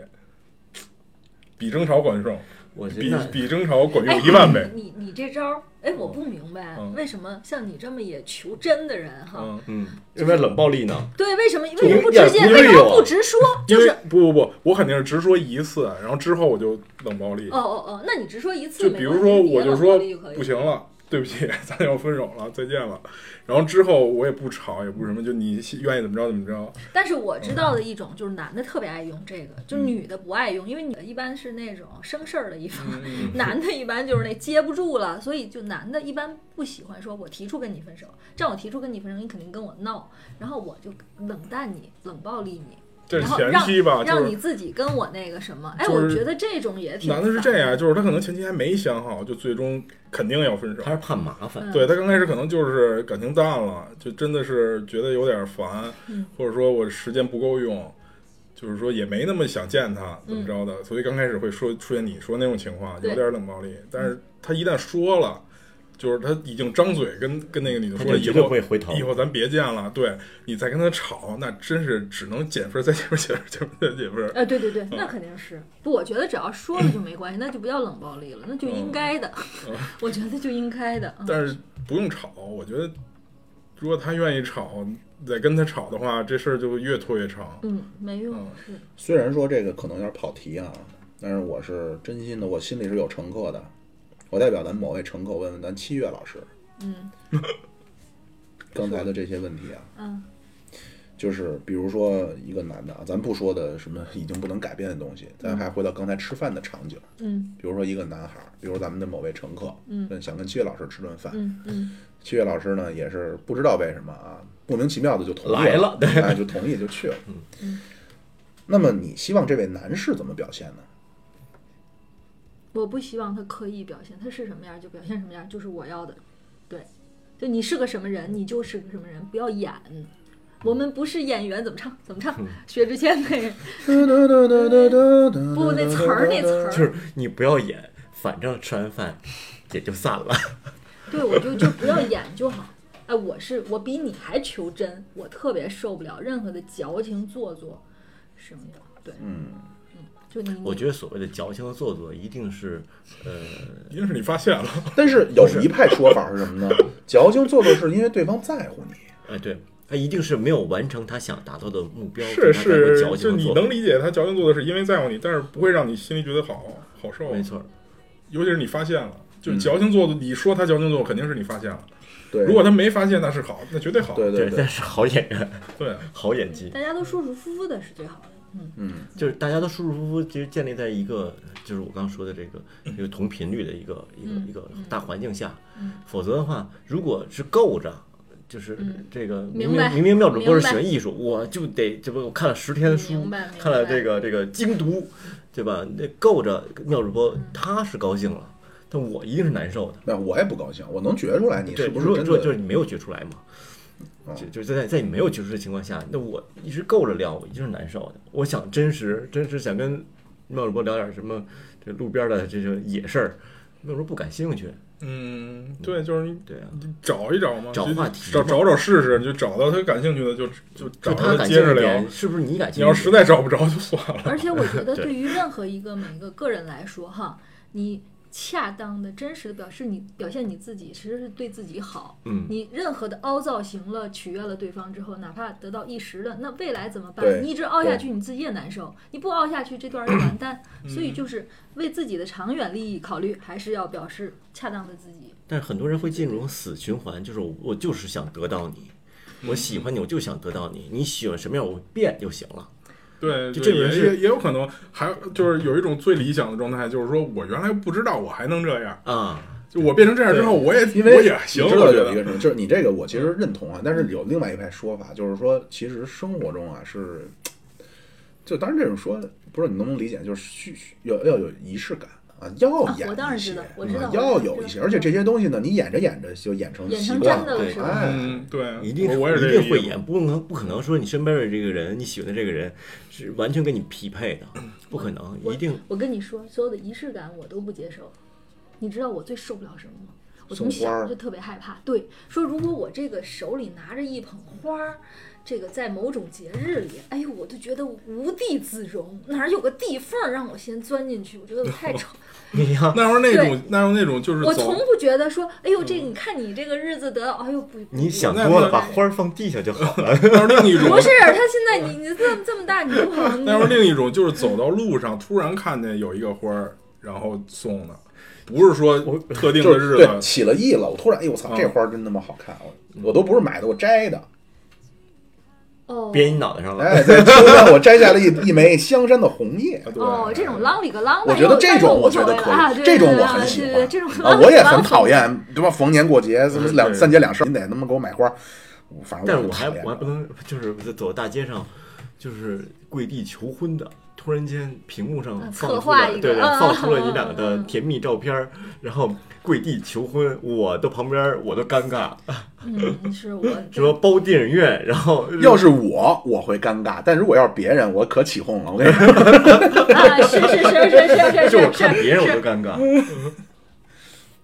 Speaker 3: 比争吵管用，
Speaker 7: 我觉
Speaker 3: 比
Speaker 7: 得
Speaker 3: 比争吵管用一万倍。
Speaker 6: 哎你你这招儿，哎，我不明白
Speaker 3: 嗯
Speaker 6: 为什么像你这么也求真的人哈，
Speaker 3: 嗯，
Speaker 7: 嗯，要不然冷暴力呢？
Speaker 6: 对，为什么为什么不
Speaker 7: 一点
Speaker 6: 直接，
Speaker 7: 不
Speaker 6: 为什
Speaker 7: 有
Speaker 6: 么
Speaker 7: 啊
Speaker 6: 不直 说？
Speaker 3: 因
Speaker 6: 就
Speaker 3: 为
Speaker 6: 是
Speaker 3: 不不不，我肯定是直说一次，然后之后我就冷暴力
Speaker 6: 哦。哦哦，那你直说一次，
Speaker 3: 就
Speaker 6: 没
Speaker 3: 比
Speaker 6: 关
Speaker 3: 如
Speaker 6: 系
Speaker 3: 说，
Speaker 6: 你
Speaker 3: 我
Speaker 6: 也
Speaker 3: 就
Speaker 6: 冷
Speaker 3: 说
Speaker 6: 暴力就可以
Speaker 3: 不行了，对不起， 咱俩要分手了，再见了。然后之后我也不吵，也不什么，就你愿意怎么着怎么着。
Speaker 6: 但是我
Speaker 3: 嗯
Speaker 6: 知道的一种就是男的特别爱用这个，就是女的不爱用，因为女的一般是那种生事儿的一方，
Speaker 2: 嗯
Speaker 6: 男的一般就是那接不住了，所以就男的一般不喜欢说我提出跟你分手，这样我提出跟你分手，你肯定跟我闹，然后我就冷淡你，冷暴力你。
Speaker 3: 这是
Speaker 6: 然后
Speaker 3: 前期吧，
Speaker 6: 让
Speaker 3: 啊就
Speaker 6: 让
Speaker 3: 是
Speaker 6: 你自己跟我那个什么，哎，
Speaker 3: 就是
Speaker 6: 我觉得这种也挺
Speaker 3: 男的是
Speaker 6: 烦
Speaker 3: 这样，，就是他可能前期还没想好，就最终肯定要分手。
Speaker 7: 他是怕麻
Speaker 6: 嗯
Speaker 7: 烦，
Speaker 3: 对他刚开始可能就是感情淡了，就真的是觉得有点烦，
Speaker 6: 嗯
Speaker 3: 或者说我时间不够用，就是说也没那么想见他怎么着的，所以刚开始会说出现你说那种情况，
Speaker 6: 嗯对
Speaker 3: 有
Speaker 6: 嗯
Speaker 3: 点冷暴力。但是他一旦说了，就是他已经张嘴跟跟那个女的
Speaker 7: 他
Speaker 3: 说了
Speaker 7: 就
Speaker 3: 以
Speaker 7: 绝对不
Speaker 3: 后
Speaker 7: 会回头。
Speaker 3: 以后咱别见了，对你再跟他吵，那真是只能减分再减分减分减分再减分。
Speaker 6: 呃，对对对，
Speaker 3: 嗯
Speaker 6: 那肯定是不，我觉得只要说了就没关系，那就不叫冷暴力了，那就应该的， 我觉得就应该的，嗯
Speaker 3: 嗯但是不用吵，我觉得如果他愿意吵，再跟他吵的话，这事儿就越拖越长。
Speaker 6: 嗯，没用
Speaker 3: 嗯，
Speaker 6: 是
Speaker 2: 虽然说这个可能有点跑题啊，但是我是真心的，我心里是有乘客的。我代表咱某位乘客问问咱七月老师，
Speaker 6: 嗯
Speaker 2: 刚才的这些问题啊，
Speaker 6: 嗯
Speaker 2: 就是比如说一个男的啊，咱不说的什么已经不能改变的东西，咱还回到刚才吃饭的场景，
Speaker 6: 嗯
Speaker 2: 比如说一个男孩儿，比如咱们的某位乘客，
Speaker 6: 嗯
Speaker 2: 嗯，想跟七月老师吃顿饭，
Speaker 6: 嗯嗯，
Speaker 2: 七月老师呢也是不知道为什么啊，莫名其妙的就同意
Speaker 7: 来了对
Speaker 2: 哎，就同意就去了。
Speaker 6: 嗯
Speaker 2: 那么你希望这位男士怎么表现呢？
Speaker 6: 我不希望他刻意表现，他是什么样就表现什么样，就是我要的，对，就你是个什么人，你就是个什么人，不要演。我们不是演员，怎么唱怎么唱？
Speaker 3: 嗯
Speaker 6: 薛之谦那个不
Speaker 2: 不
Speaker 6: 那词儿那词儿，
Speaker 7: 就是你不要演，反正吃完饭也就散了。
Speaker 6: 对，我就就不要演就好。哎，我是我比你还求真，我特别受不了任何的矫情做作什么的。对，
Speaker 2: 嗯，
Speaker 6: 就你，
Speaker 7: 我觉
Speaker 6: 得
Speaker 7: 得所谓的矫情的做作，一定是呃，
Speaker 3: 一定是你发现了，
Speaker 2: 但是有一派说法是什么呢？矫情做作是因为对方在乎你，
Speaker 7: 哎，对他一定是没有完成他想达到的目标，
Speaker 3: 是
Speaker 7: 所以他才会
Speaker 3: 是
Speaker 7: 矫，
Speaker 3: 就
Speaker 7: 情地
Speaker 3: 你
Speaker 7: 做。
Speaker 3: 能理解他矫情做的是因为在乎你，但是不会让你心里觉得好好受。
Speaker 7: 没，错，
Speaker 3: 尤其是你发现了，就
Speaker 2: 嗯
Speaker 3: 矫情做的，你说他矫情做，肯定是你发现了。
Speaker 2: 对，
Speaker 3: 如果他没发现，那是好，那绝对好。
Speaker 2: 对对
Speaker 7: 对，
Speaker 2: 对
Speaker 7: 但，是好演员，
Speaker 3: 对
Speaker 7: 好演技，
Speaker 6: 大家都舒舒服服的是最好的。嗯
Speaker 2: 嗯
Speaker 7: 就是大家都舒舒服服，其实建立在一个就是我刚说的这个一个同频率的一个一个
Speaker 6: 嗯
Speaker 7: 一个大环境下
Speaker 6: 嗯，
Speaker 7: 否则的话，如果是够着。就是
Speaker 6: 嗯
Speaker 7: 这个明
Speaker 6: 明
Speaker 7: 明
Speaker 6: 白
Speaker 7: 明明妙主播是喜欢
Speaker 6: 明
Speaker 7: 艺术，我就得这不我看了十天的书
Speaker 6: 明白明白，
Speaker 7: 看了这个这个精读，对吧？那够着妙主
Speaker 6: 嗯
Speaker 7: 播他是高兴了，但我一定是难受的。
Speaker 2: 那我也不高兴，我能觉出来你
Speaker 7: 对，
Speaker 2: 是不是
Speaker 7: 如果
Speaker 2: 真
Speaker 7: 说就是哦
Speaker 2: 的
Speaker 7: 你没有觉出来嘛，
Speaker 2: 嗯
Speaker 7: 就就是在在你没有觉出的情况下，那我一直够着聊，我一定是难受的。我想真实真实想跟妙主播聊点什么，这路边的这种野事儿，妙主播不感兴趣，
Speaker 3: 嗯，对，就是你
Speaker 7: 对啊，
Speaker 3: 你找一找嘛，
Speaker 7: 找
Speaker 3: 就
Speaker 7: 话题
Speaker 3: 找
Speaker 7: 嘛
Speaker 3: 找找试试，你就找到他感兴趣的就就
Speaker 7: 就
Speaker 3: 找
Speaker 7: 他
Speaker 3: 着
Speaker 7: 感
Speaker 3: 接
Speaker 7: 兴
Speaker 3: 着
Speaker 7: 趣
Speaker 3: 聊
Speaker 7: 点，。是不是你感兴趣？
Speaker 3: 你要实在找不着就算了。
Speaker 6: 而且我觉得
Speaker 7: 对
Speaker 6: 对于任何一个每个个人来说，哈，你恰当的、真实的表示你表现你自己，其实是对自己好。
Speaker 7: 嗯，
Speaker 6: 你任何的凹造型了，取悦了对方之后，哪怕得到一时的，那未来怎么
Speaker 2: 对
Speaker 6: 办？你一直凹下去，你自己也难受。你不凹下去，这段儿就完蛋。
Speaker 2: 嗯
Speaker 6: 所以就是为自己的长远利益考虑，还是要表示恰当的自己。
Speaker 7: 但是很多人会进入一种死循环，就是我我就是想得到你， 我喜欢你，我就想得到你，你喜欢什么样我变就行了。
Speaker 3: 对，
Speaker 7: 就
Speaker 3: 对
Speaker 7: 这个人
Speaker 3: 也
Speaker 7: 是
Speaker 3: 也也有可能，还就是有一种最理想的状态，就是说我原来不知道我还能这样，
Speaker 7: 啊，
Speaker 3: 就我变成这样之后，我也
Speaker 2: 因
Speaker 3: 我
Speaker 2: 为
Speaker 3: 也行，
Speaker 2: 你知道
Speaker 3: 我觉
Speaker 2: 有一个
Speaker 3: 得
Speaker 2: 什么，就是你这个我其实认同啊，但是有另外一派说法，就是说其实生活中啊是，就当然这种说，不知道你能不能理解，就是需需要要有仪式感。啊，要
Speaker 6: 啊
Speaker 2: 演一些、
Speaker 6: 我当然知道我知道
Speaker 2: 啊
Speaker 6: 我知道
Speaker 2: 要有一些，
Speaker 6: 知道
Speaker 2: 而且这些东西呢，你演着演着就演成
Speaker 6: 演
Speaker 2: 嗯习
Speaker 6: 成
Speaker 2: 惯
Speaker 6: 真的了，
Speaker 7: 对
Speaker 6: 是吧？
Speaker 2: 哎，
Speaker 3: 嗯，对，
Speaker 7: 一定
Speaker 3: 我
Speaker 7: 是
Speaker 3: 我也
Speaker 7: 一
Speaker 3: 这个
Speaker 7: 定会
Speaker 3: 意思
Speaker 7: 演，不能不可能说你身边的这个人，你喜欢的这个人是完全跟你匹配的，不可能，
Speaker 6: 我
Speaker 7: 一定
Speaker 6: 我跟你说，所有的仪式感我都不接受。你知道我最受不了什么吗？我
Speaker 2: 送
Speaker 6: 从
Speaker 2: 花
Speaker 6: 小
Speaker 2: 儿
Speaker 6: 就特别害怕。对，说如果我这个手里拿着一捧花儿，这个在某种节日里，哎呦，我都觉得无地自容，哪儿有个地缝儿让我先钻进去？我觉得我太丑。
Speaker 7: 你要
Speaker 3: 那时候那种，那时候那种就是
Speaker 6: 我从
Speaker 3: 走，
Speaker 6: 不觉得说，哎呦，这个你看你这个日子得，哎呦不，不
Speaker 7: 你想
Speaker 3: 那
Speaker 7: 多了，
Speaker 3: 那哎
Speaker 7: 把花儿放地下就好了。
Speaker 3: 那时候另一种
Speaker 6: 不，是他现在你你这么这么大，你 不好，你
Speaker 3: 那时候另一种就是走到路上突然看见有一个花儿，然后送的，不是说特 定
Speaker 2: 就
Speaker 3: 的
Speaker 2: 是
Speaker 3: 日
Speaker 2: 对
Speaker 3: 子，
Speaker 2: 起了意了，我突然，哎呦我操，
Speaker 3: 啊
Speaker 2: 这花真他妈好看，
Speaker 3: 嗯
Speaker 2: 我我都不是买的，我摘的，
Speaker 6: 哦
Speaker 7: 别你脑袋上了，
Speaker 2: 哎，在秋天我摘下了一一枚香山的红叶
Speaker 3: 啊，对
Speaker 6: 哦，这种浪里个浪吧，
Speaker 2: 我觉得
Speaker 6: 又
Speaker 2: 这
Speaker 6: 但是
Speaker 2: 种
Speaker 6: 无
Speaker 2: 我觉
Speaker 6: 所
Speaker 2: 得
Speaker 6: 谓了
Speaker 2: 可以
Speaker 6: 啊对
Speaker 2: 这种
Speaker 6: 对
Speaker 2: 我
Speaker 6: 对
Speaker 2: 很
Speaker 6: 对
Speaker 2: 喜
Speaker 6: 对
Speaker 2: 欢
Speaker 6: 这种
Speaker 2: 啊，
Speaker 6: 浪
Speaker 2: 我
Speaker 6: 里
Speaker 2: 也
Speaker 6: 个
Speaker 2: 很
Speaker 6: 浪
Speaker 2: 讨厌，对吧？逢年过节什么
Speaker 3: 嗯
Speaker 2: 两
Speaker 3: 对
Speaker 2: 三节两事，你得他妈给我买花，反正
Speaker 7: 但是
Speaker 2: 我
Speaker 7: 我
Speaker 2: 很
Speaker 7: 还
Speaker 2: 讨厌
Speaker 7: 我还不能就是走大街上，就是跪地求婚的，突然间屏幕上
Speaker 6: 啊
Speaker 7: 放
Speaker 6: 策
Speaker 7: 出
Speaker 6: 划
Speaker 7: 了
Speaker 6: 一个
Speaker 7: 对对，
Speaker 6: 啊
Speaker 7: 放出了你俩
Speaker 6: 啊啊
Speaker 7: 的
Speaker 6: 啊
Speaker 7: 甜蜜照片儿，然后跪地求婚，我的旁边儿我都尴尬，
Speaker 6: 嗯，是我
Speaker 7: 什么包电影院，然后
Speaker 2: 要是我，我会尴尬；但如果要是别人，我可起哄了。我跟你说，
Speaker 6: 啊，是是是是是是
Speaker 7: 就我
Speaker 6: 是
Speaker 7: 看
Speaker 6: 是，
Speaker 7: 别人我都 尴尬，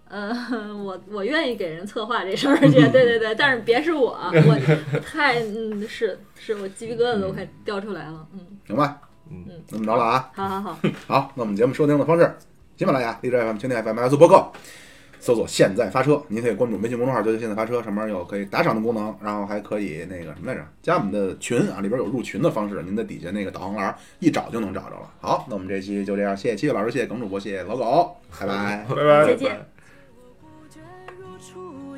Speaker 6: 呃，我我愿意给人策划这事儿去，对对对，但是别是我，我太嗯是是我鸡皮疙瘩都快掉出来了，嗯，
Speaker 2: 行吧？
Speaker 7: 嗯，
Speaker 2: 那么着了啊。
Speaker 6: 好好好，
Speaker 2: 好，那我们节目收听的方式：喜马拉雅、荔枝 FM、蜻蜓 FM、iOS 播客，搜索“现在发车”，您可以关注微信公众号“就叫现在发车”，上面有可以打赏的功能，然后还可以那个什么来着，加我们的群啊，里边有入群的方式，您在底下那个导航栏一找就能找着了。好，那我们这期就这样，谢谢七月老师，谢谢耿主播，谢谢老狗，拜拜。
Speaker 3: 拜拜。
Speaker 6: 再见。
Speaker 1: 不觉如初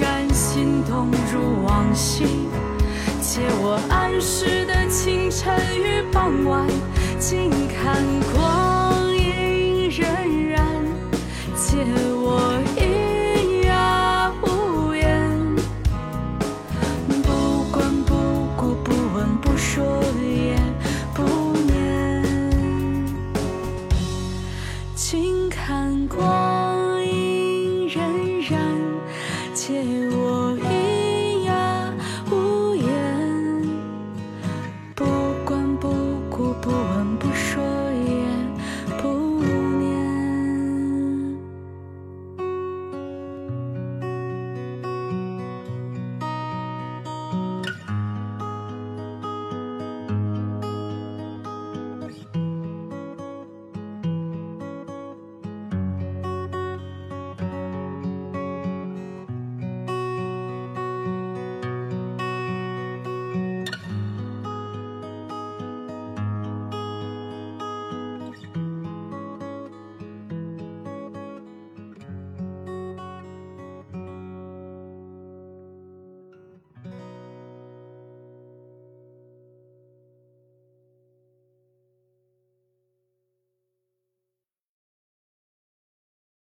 Speaker 1: 然心动如往昔，借我安适的清晨与傍晚，静看过